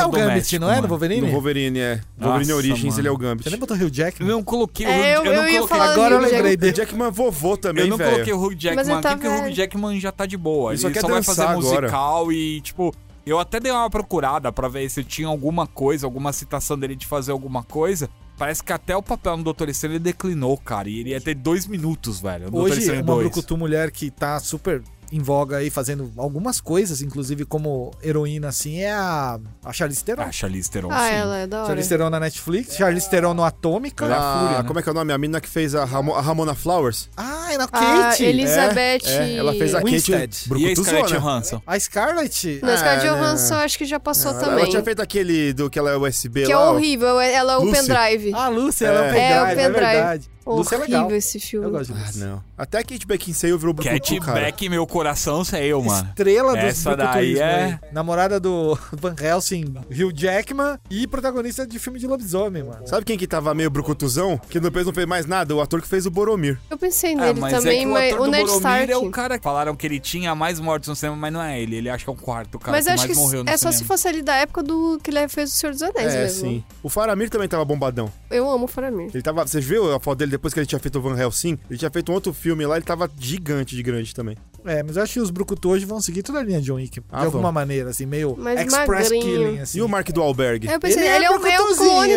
A: eletrodoméstico,
C: não é? No
A: mano.
C: Wolverine?
D: No Wolverine, é. Wolverine
A: Nossa,
D: Origins,
A: mano.
D: ele é o Gambit.
C: Você nem botou o Hugh Jackman?
A: Não coloquei o Hugh-
B: É, eu,
A: não
B: eu ia
A: coloquei-
B: falar
C: Agora eu
B: Hugh Jackman.
C: lembrei
D: O
C: dele.
D: Jackman vovô
A: Eu
D: também,
A: não
D: velho.
A: coloquei o Hugh
B: Mas ele
A: Jackman
B: tá
A: aqui, porque o Hugh
B: velho.
A: Jackman já tá de boa.
D: Ele
A: Ele
D: só
A: só,
D: quer
A: vai
D: dançar
A: fazer
D: agora.
A: musical e, tipo, eu até dei uma procurada pra ver se tinha alguma coisa, alguma citação dele de fazer alguma coisa. Parece que até o papel no Doutor Estranho ele declinou, cara. E ele ia ter dois minutos, velho. no Doutor
C: Hoje,
A: Estranho
C: uma
A: 2.
C: brucutu mulher que tá super em voga aí, fazendo algumas coisas, inclusive como heroína, assim, é a, a Charlize Theron.
A: Ah, Charlize Theron,
B: Ah,
A: sim.
B: ela é da hora.
C: Charlize Theron na Netflix, Charlize Theron no Atômica.
D: Ah,
C: Fúria, né?
D: como é que é o nome? A menina que fez a, Ramo- a Ramona Flowers.
C: Ah, é na
B: A
C: Kate.
B: Elizabeth.
D: É, ela fez a
C: Winstead.
D: Kate
A: E a
D: Brucutuzona.
A: Scarlett
C: né?
A: Johansson?
C: É. A Scarlett.
B: Não, Scarlett
D: Ah, não.
B: Johansson acho que já passou
D: Ela,
B: também.
D: ela tinha feito aquele do que ela é USB
B: Que é
D: lá. ó.
B: horrível, ela é o
D: Lucy.
B: pendrive.
C: Ah, Lúcia, ela é o
D: É,
C: pendrive,
B: é o
C: é
B: pendrive.
C: verdade. Lúcia é legal.
B: Horrível esse
C: Eu
B: filme.
C: gosto de
D: Ah,
C: Lúcia.
D: não. Até a Kate Beckinsale virou
A: Cat
D: Brucutu, cara.
A: Beck, meu coração, sei eu, mano.
C: Estrela do
A: Essa daí
C: brucutuísmo
A: é-
C: aí. Namorada do Van Helsing, Hugh Jackman e protagonista de filme de lobisomem, mano.
D: Sabe quem que tava meio brucutuzão? Que depois não fez mais nada? O ator que fez o Boromir.
B: Eu pensei
A: Ah,
B: nele
A: mas
B: também,
A: é que o
B: mas
A: ator
B: o
A: do
B: Ned
A: Boromir
B: Stark.
A: é o cara que falaram que ele tinha mais mortes no cinema, mas não é ele. Ele acha que é o quarto cara
B: mas
A: que
B: acho
A: mais
B: que
A: morreu no
B: é só
A: cinema.
B: se fosse ali da época do que ele fez o Senhor dos Anéis
D: é,
B: mesmo.
D: sim. O Faramir também tava bombadão.
B: Eu amo o Faramir.
D: Ele tava. Você viu a foto dele depois que ele tinha feito o Van Helsing? Ele tinha feito um outro filme lá, ele tava gigante de grande também.
C: É, mas eu acho que os brucutu hoje vão seguir toda a linha de John Wick.
D: Ah,
C: de alguma
D: vão.
C: maneira, assim, meio
B: Mas
C: express
B: magrinho.
C: killing, assim.
D: E o Mark do Alberg?
B: Aí eu pensei,
C: Ele
B: ele,
C: é
B: é, o, é o clone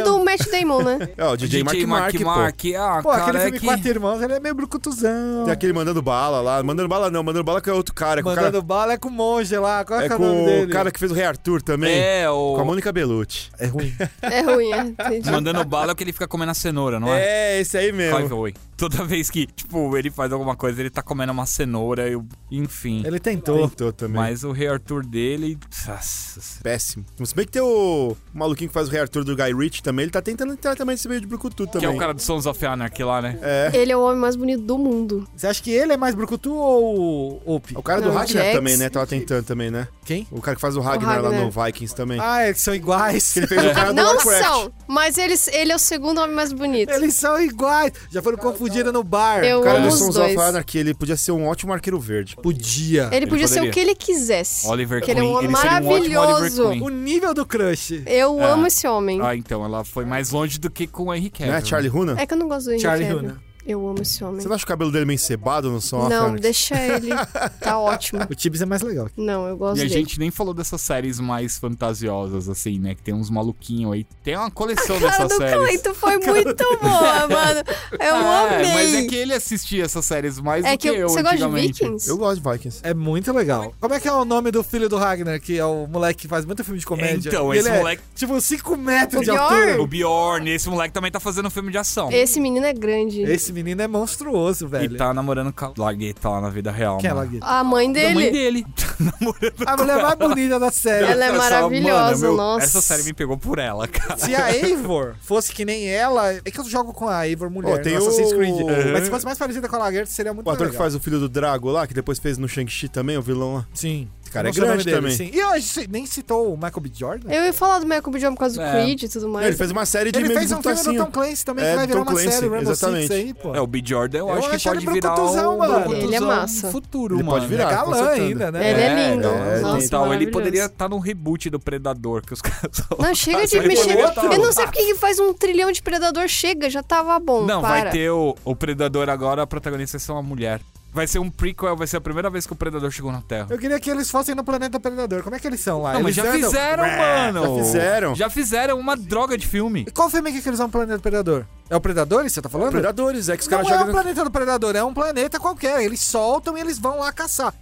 C: brucutuzinho.
B: do Matt Damon, né?
D: É, o DJ, Mark Mark, pô.
A: Ah,
C: Pô,
A: cara,
C: aquele
A: é
C: filme
A: que...
C: Quatro Irmãos, ele é meio brucutuzão.
D: Tem aquele mandando bala lá. Mandando bala não, mandando bala que é outro cara. Com o
C: Mandando bala é com o monge lá. Qual
D: cara
C: é,
D: é
C: que é o nome
D: com o
C: dele?
D: cara que fez o Rei Arthur também.
A: É,
D: Com a
A: o...
D: Mônica Bellucci.
C: É ruim.
B: É ruim, é. Entendi.
A: Mandando bala é o que ele fica comendo a cenoura, não é?
D: É, esse aí
A: Clive
D: mesmo.
A: Owen. Toda vez que, tipo, ele faz alguma coisa, ele tá comendo uma cenoura, eu... enfim.
C: Ele tentou.
D: Tentou também.
A: Mas o Rei Arthur dele... Nossa.
D: Péssimo. Se bem que tem o maluquinho que faz o Rei Arthur do Guy Ritchie também, ele tá tentando entrar também nesse meio de brucutu
A: Que
D: também.
A: é o cara do Sons of Anarchy lá, né?
D: É.
B: Ele é o homem mais bonito do mundo.
C: Você acha que ele é mais brucutu ou o Op?
D: É O cara do
B: Não,
D: Ragnar
B: Jax.
D: também, né? Tava tentando também, né?
C: Quem?
D: O cara que faz o Ragnar, lá
B: Ragnar.
D: no Vikings também.
C: Ah, eles são iguais.
D: Ele fez o cara do
B: Ah, Não
D: Warcraft.
B: são, mas eles, ele é o segundo homem mais bonito.
C: Eles são iguais. Já foram confundidos no bar.
B: Eu
D: O cara do
B: amo
D: Sons
B: os
D: of
B: dois.
D: Anarchy, ele podia ser um ótimo arqueiro verde.
C: Podia.
B: Ele podia ser
A: poderia.
B: o que ele quisesse.
A: Oliver
B: Que ele é um
A: Queen.
B: homem
A: Ele seria um ótimo
B: maravilhoso.
A: Oliver
C: O
A: Queen.
C: nível do crush.
B: Eu
A: Ah.
B: amo esse homem.
A: Ah, então, ela foi mais longe do que com o Henry Cavill.
D: Né,
C: então.
D: Charlie Hunnam?
B: É que eu não gosto do Henry
C: Charlie
B: Cavill.
C: Hunnam.
B: Eu amo esse homem.
D: Você não acha o cabelo dele meio encebado no som?
B: Não, deixa ele. Tá ótimo.
C: O Tibbs é mais legal.
B: Não, eu gosto
A: E a
B: dele.
A: gente nem falou dessas séries mais fantasiosas, assim, né? Que tem uns maluquinhos aí. Tem uma coleção
B: Cara
A: dessas
B: do
A: séries.
B: Cleito foi muito boa, mano. Eu
A: é,
B: amei.
A: mas é que ele assistia essas séries mais
B: É
A: do que
B: que eu-
A: eu,
B: você gosta de
A: antigamente.
B: Vikings?
D: Eu gosto de Vikings.
C: É muito legal. Como é que é o nome do filho do Ragnar, que é o moleque que faz muito filme de comédia?
A: Então,
C: E
A: esse
C: ele é,
A: moleque-
C: Tipo, 5 metros
B: O
C: de
B: Bjorn?
C: altura.
A: O Bjorn, esse moleque também tá fazendo filme de ação.
B: Esse menino é grande.
C: Esse menino é monstruoso, velho.
A: E tá namorando com a Lagueta lá na vida real.
C: Quem é
A: mano.
C: ela, Gui?
B: A
A: A
B: mãe
A: mãe
B: dele.
A: dele. Tá namorando
C: A mulher mais bonita da série.
B: Ela é
A: Essa-
B: maravilhosa,
A: mano, meu,
B: nossa.
A: Essa série me pegou por ela, cara.
C: Se a Eivor fosse que nem ela... É que eu jogo com a Eivor mulher
D: Ó, tem
C: no Assassin's
D: o-
C: Creed.
D: Uhum.
C: Mas se fosse mais parecida com a Lagertha, seria muito
D: O ator que
C: legal.
D: faz o filho do Drago lá, que depois fez no Shang-Chi também, o vilão lá.
C: Sim.
D: Esse cara
C: Eu
D: é
C: não sei o nome
D: grande também.
C: Sim. E hoje nem citou o Michael B. Jordan?
B: Eu ia falar do Michael B. Jordan por causa do
A: É.
B: Creed e tudo mais.
D: Ele fez uma série de
C: Ele
D: memes
C: fez um filme do
D: putacinho.
C: Tom Clancy também,
D: É,
C: que vai
D: do
C: virar
D: Tom
C: uma
D: Clancy,
C: série, Rainbow Six
D: exatamente.
C: aí, pô.
A: É, o B. Jordan, eu,
C: Eu
A: acho que
C: acho ele
A: pode virar
C: brucutuzão,
A: um
C: mano.
B: Ele é massa.
A: futuro,
D: Ele
A: mano.
D: pode virar.
C: É
D: com
C: galã
D: certeza.
C: ainda, né?
B: Ele é lindo.
D: é,
B: Nossa,
A: então, ele
B: maravilhoso.
A: poderia estar num reboot do Predador, que os caras
B: Não, chega de
A: Ele
B: mexer.
A: poderia tá-
B: Eu não sei porque que faz um trilhão de predador. Chega, já tava bom.
A: Não,
B: para.
A: vai ter o, o Predador agora, a protagonista vai ser uma mulher. Vai ser um prequel, vai ser a primeira vez que o Predador chegou na Terra.
C: Eu queria que eles fossem no planeta Predador. Como é que eles são lá?
A: Não, mas
C: eles
A: já
C: andam-
A: fizeram, mano.
D: já fizeram.
A: Já fizeram uma droga de filme.
C: E Qual filme que que eles vão no planeta Predador? É o Predador, isso que você tá falando?
D: Predadores, é que os
C: Não
D: caras
C: é o
D: jogam.
C: planeta do Predador, é um planeta qualquer. Eles soltam e eles vão lá caçar.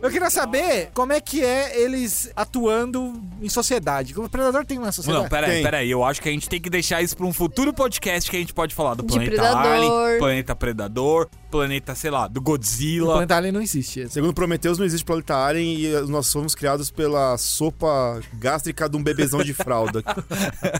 C: Eu queria saber como é que é eles atuando em sociedade. O Predador tem uma sociedade.
A: Não, peraí, peraí. Eu acho que a gente tem que deixar isso pra um futuro podcast que a gente pode falar do
C: De
A: Planeta
C: Predador.
A: Alien, Planeta Predador, Planeta, sei lá, do Godzilla.
C: Planeta Alien não existe.
D: Segundo Prometeus, não existe planeta Alien e nós somos criados pela sopa gástrica de um bebezão de fralda.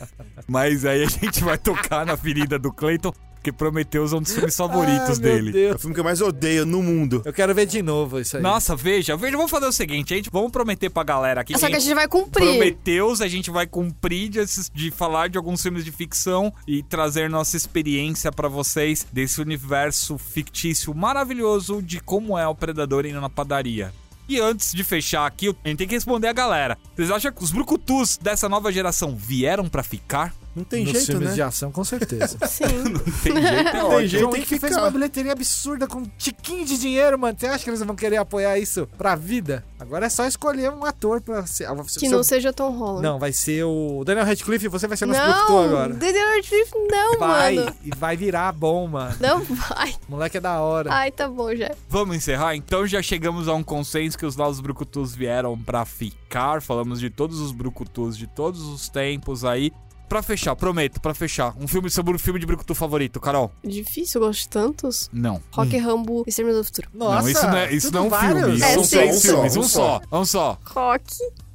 A: Mas aí a gente vai tocar na ferida do Clayton, porque Prometheus é um dos filmes
B: Ah,
A: favoritos
D: Ai, meu
A: dele.
D: Deus. É o filme que eu mais odeio no mundo.
C: Ah, Eu quero ver de novo isso aí.
A: Nossa, veja, veja, vamos fazer o seguinte, a gente vamos prometer pra galera aqui.
B: Só que a gente vai cumprir.
A: Prometeus, a gente vai cumprir de, assis- de falar de alguns filmes de ficção e trazer nossa experiência pra vocês desse universo fictício maravilhoso de como é o predador indo na padaria. E antes de fechar aqui, a gente tem que responder a galera. Vocês acham que os brucutus dessa nova geração vieram pra ficar?
D: Não tem
C: Nos
D: jeito,
C: filmes
D: né?
C: de ação, com certeza.
B: Sim.
A: Tem jeito, é
D: Não
A: ótimo.
D: tem jeito,
C: John
D: tem
C: Wick
D: que
C: fez
D: ficar.
C: uma bilheteria absurda com um tiquinho de dinheiro, mano. Você acha que eles vão querer apoiar isso pra vida? Agora é só escolher um ator pra ser. ah, você-
B: Que
C: seu-
B: não seja Tom Holland.
C: Não, vai ser o Daniel Radcliffe, você vai ser nosso produtor
B: não,
C: agora.
B: Daniel Radcliffe não,
C: Vai,
B: mano.
C: e vai virar bom, mano.
B: Não vai.
C: O moleque é da hora.
B: Ai, tá bom já.
A: Vamos encerrar? Então já chegamos a um consenso que os novos brucutus vieram pra ficar. Falamos de todos os brucutus de todos os tempos aí. Pra fechar, prometo, pra fechar. Um filme sobre o filme de brucutu favorito, Carol?
B: Difícil, eu gosto de tantos.
A: Não.
B: Rock Rambo e Exterminador do Futuro.
C: Nossa,
A: não, isso não é, isso
C: tudo
A: não é um
C: vários.
A: filme. Isso
B: É,
A: são
B: sim.
A: três
D: Um só,
A: filmes.
D: um
A: Um só. Um só.
B: Rock.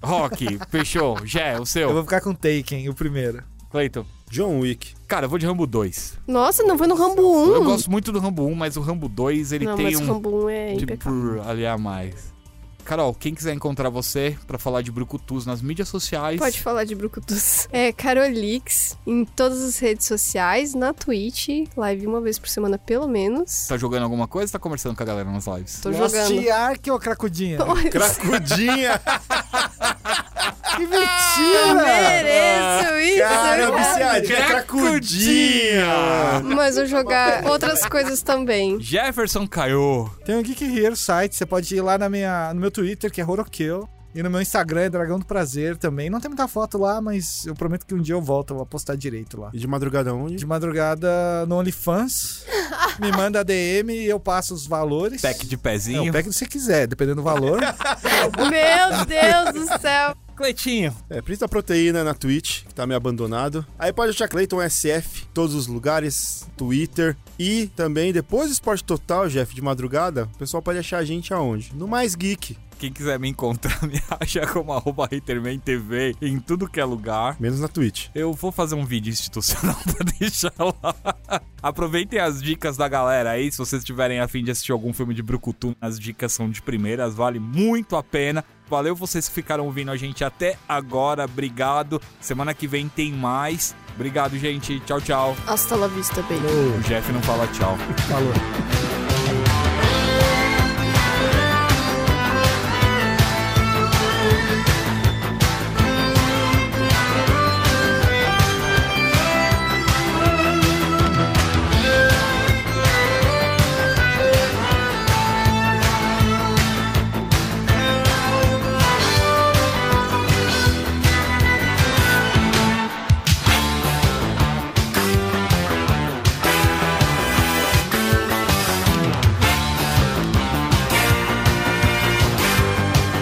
A: Rock, fechou. Jé, o
C: Eu
A: seu.
C: vou ficar com Taken, o primeiro.
A: Cleiton.
D: John Wick.
A: Cara, eu vou de Rambo 2.
B: Nossa, não foi no Rambo 1.
A: Eu gosto muito do Rambo 1, mas o Rambo 2, ele
B: não,
A: tem
B: mas
A: um
B: o Rambo 1 é
A: de
B: impecável.
A: brrr ali a mais. Carol, quem quiser encontrar você pra falar de brucutus nas mídias sociais...
B: Pode falar de Brucutus. É Carolix em todas as redes sociais, na Twitch, live uma vez por semana pelo menos.
A: Tá jogando alguma coisa ou tá conversando com a galera nas lives?
B: Tô jogando.
C: Lost Ark ou é Cracudinha?
D: Cracudinha!
C: que
B: Eu
C: mentira!
B: mereço isso,
D: Cara,
B: Ah, cara.
D: viciadinha! Cracudinha!
B: Mas vou jogar outras coisas também.
A: Jefferson Caio.
C: Tem o Geek Hero site, você pode ir lá na minha, no meu Twitter, que é Horokill. E no meu Instagram é Dragão do Prazer também. Não tem muita foto lá, mas eu prometo que um dia eu volto, eu vou postar direito lá.
D: E de madrugada onde?
C: De madrugada no OnlyFans, me manda DM e eu passo os valores.
A: Pack de
C: É, o
A: pezinho.
C: pack que você quiser, dependendo do valor.
B: Meu Deus do céu.
A: Cleitinho.
D: É, Príncipe da Proteína na Twitch, que tá meio abandonado. Aí pode achar Clayton SF, em todos os lugares, Twitter. E também, depois do Esporte Total, Jeff, de madrugada, o pessoal pode achar a gente aonde? No Mais Geek.
A: Quem quiser me encontrar, me acha como arroba Haterman TV em tudo que é lugar.
D: Menos na Twitch.
A: Eu vou fazer um vídeo institucional pra deixar lá. Aproveitem as dicas da galera aí. Se vocês tiverem afim de assistir algum filme de Brucutu, as dicas são de primeiras, vale muito a pena. Valeu vocês que ficaram ouvindo a gente até agora. Obrigado. Semana que vem tem mais. Obrigado, gente. Tchau, tchau.
B: Hasta la vista, baby.
A: O Jeff não fala tchau.
C: Falou.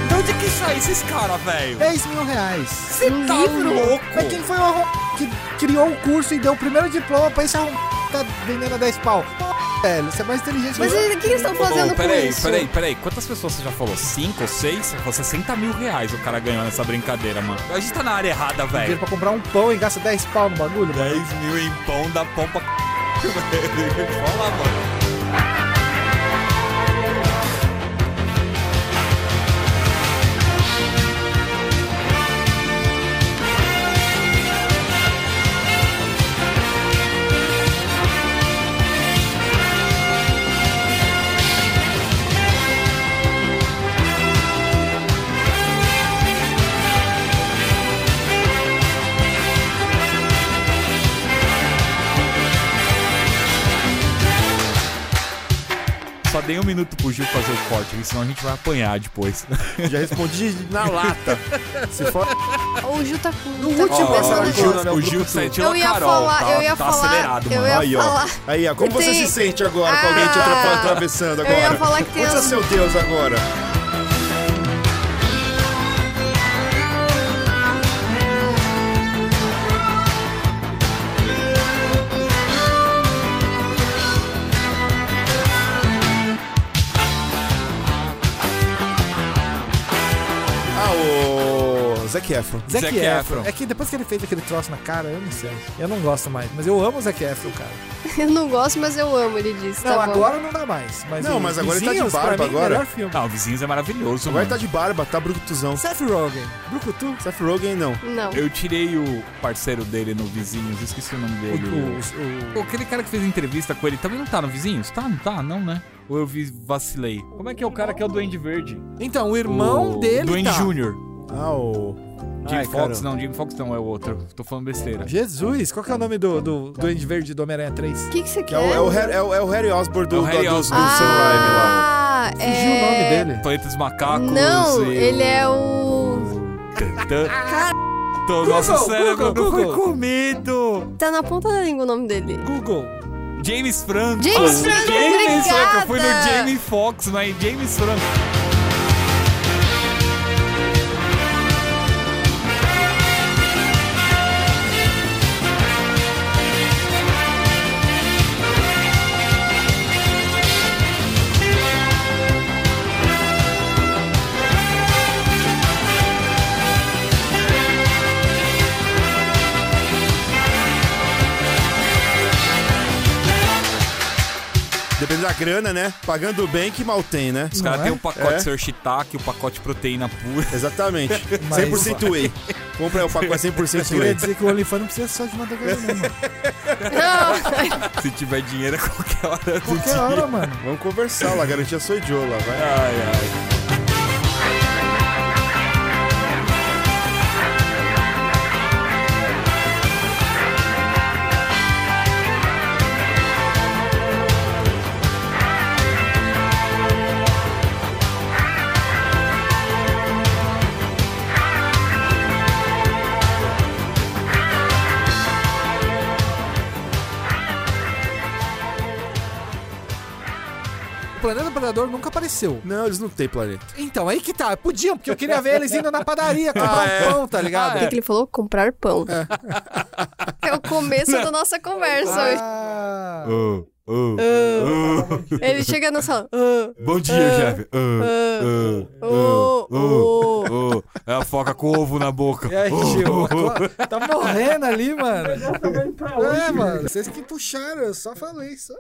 A: De onde que saiu esses caras, velho?
C: 10 mil reais. Você
B: tá livro? tá
A: louco?
C: Mas quem foi o arrom... que criou o curso e deu o primeiro diploma pra esse arrom... que tá vendendo a 10 pau? Velho, você é mais inteligente
B: Mas
C: que eu.
B: o que eles estão fazendo
A: Ô, peraí,
B: com isso?
A: peraí, peraí. Quantas pessoas você já falou? Cinco ou seis? Você falou 60 mil reais o cara ganhou nessa brincadeira, mano. A gente tá na área errada,
C: dinheiro
A: velho.
C: pra comprar um pão e gasta 10 pau no bagulho?
A: 10 mil em pão da pompa. Fala, mano. Só dei um minuto pro Gil fazer o corte, senão a gente vai apanhar depois.
D: Já respondi na lata. Se for
B: O Ju tá com.
C: No
B: tá
C: último
B: pensando
A: o
C: episódio,
B: nisso.
A: Gil,
C: agora, né,
A: o
C: o
A: Gil
C: Brucutu.
A: sentiu
B: Eu
A: a
B: ia
A: Carol.
B: falar,
A: tá,
B: eu
A: tá
B: ia falar,
A: acelerado,
B: eu
A: mano.
B: ia
D: Aí, ó.
B: falar.
D: Aí, ó. Como você
B: Tem-
D: se sente agora com alguém te
B: Ah.
D: atra- atravessando
B: Eu
D: agora?
B: ia falar que tem
D: Onde
B: as-
D: está seu Deus agora? o Ah, Zac Efron.
C: Zac,
A: Zac
C: Efron.
A: Efron.
C: É que depois que ele fez aquele troço na cara, eu não sei. Eu não gosto mais. Mas eu amo o Zac Efron, cara.
B: Eu não gosto, mas eu amo, ele disse.
C: não,
B: tá bom.
C: agora não dá mais. Mas
D: Não,
C: o
D: mas agora ele tá de
C: Vizinhos, pra mim,
D: barba
C: é
D: agora. Tá.
C: Melhor filme.
A: Não, Vizinhos é maravilhoso,
D: Agora
A: mano.
D: ele tá de barba, tá brutuzão.
C: Seth Rogen. Brucutu.
D: Seth Rogen, não.
B: Não.
A: Eu tirei o parceiro dele no Vizinhos, esqueci o nome dele.
C: O- o-
A: Pô, aquele cara que fez entrevista com ele também não tá no Vizinhos? Tá, não tá, não, né? Ou eu vi, vacilei. Como é que é o cara que é o Duende Verde?
C: o- Então, o irmão
A: o...
C: dele
A: Duende
C: tá.
A: Júnior.
D: Ah, o.
A: Jim
D: Ai,
A: Fox,
D: cara.
A: não, Jim Fox não, é o outro. Tô falando besteira.
C: Jesus, qual que é o nome do, do, do Duende Verde do Homem-Aranha 3?
B: O que, que você quer?
D: Que é o, é o Harry, é o- é o Harry Osborn do,
A: É o Harry
D: do, do, do
A: Osborn.
D: Sam Raimi lá.
B: ah,
C: Fugiu o nome
B: é...
C: dele.
A: Planeta dos Macacos.
B: Não,
A: e
B: ele é o...
A: Tá- Tô, nosso
C: Google,
A: cérebro
C: Google,
A: não foi
C: Google.
A: comido.
B: Tá na ponta da língua o nome dele.
C: Google.
A: James Franco.
B: James Franco,
A: James Franco. Eu fui no
B: obrigada.
A: Jamie Foxx, mas James Franco.
D: Depende da grana, né? Pagando bem, que mal tem, né?
A: Os caras
C: Não
A: têm
C: é?
A: o pacote
D: É.
A: Sr. Shiitake, o pacote proteína pura.
D: Exatamente. 100% whey. Compra o pacote 100%
C: Queria
D: whey.
C: dizer que o OnlyFans não precisa só de Madagascar, não, mano.
B: Não,
A: Se tiver dinheiro a qualquer hora do
C: Qualquer
A: dia.
C: hora, mano.
D: Vamos conversar lá, garantia sou idiola, vai.
A: Ai, ai.
C: O Planeta Predador nunca apareceu.
D: Não, eles não têm planeta.
C: Então, aí que tá. Podiam, porque eu queria ver eles indo na padaria comprar
D: Ah, é.
C: um pão, tá ligado?
B: o que, que ele falou? Comprar pão. É, o começo da nossa conversa hoje.
C: Ah.
B: Ele chega na sala. "Ah,
A: Bom dia, chefe.
B: ah, oh, oh."
A: É a foca com ovo na boca.
C: É, tio, tá morrendo ali, mano. É, mano. Vocês que puxaram, eu só falei. Só...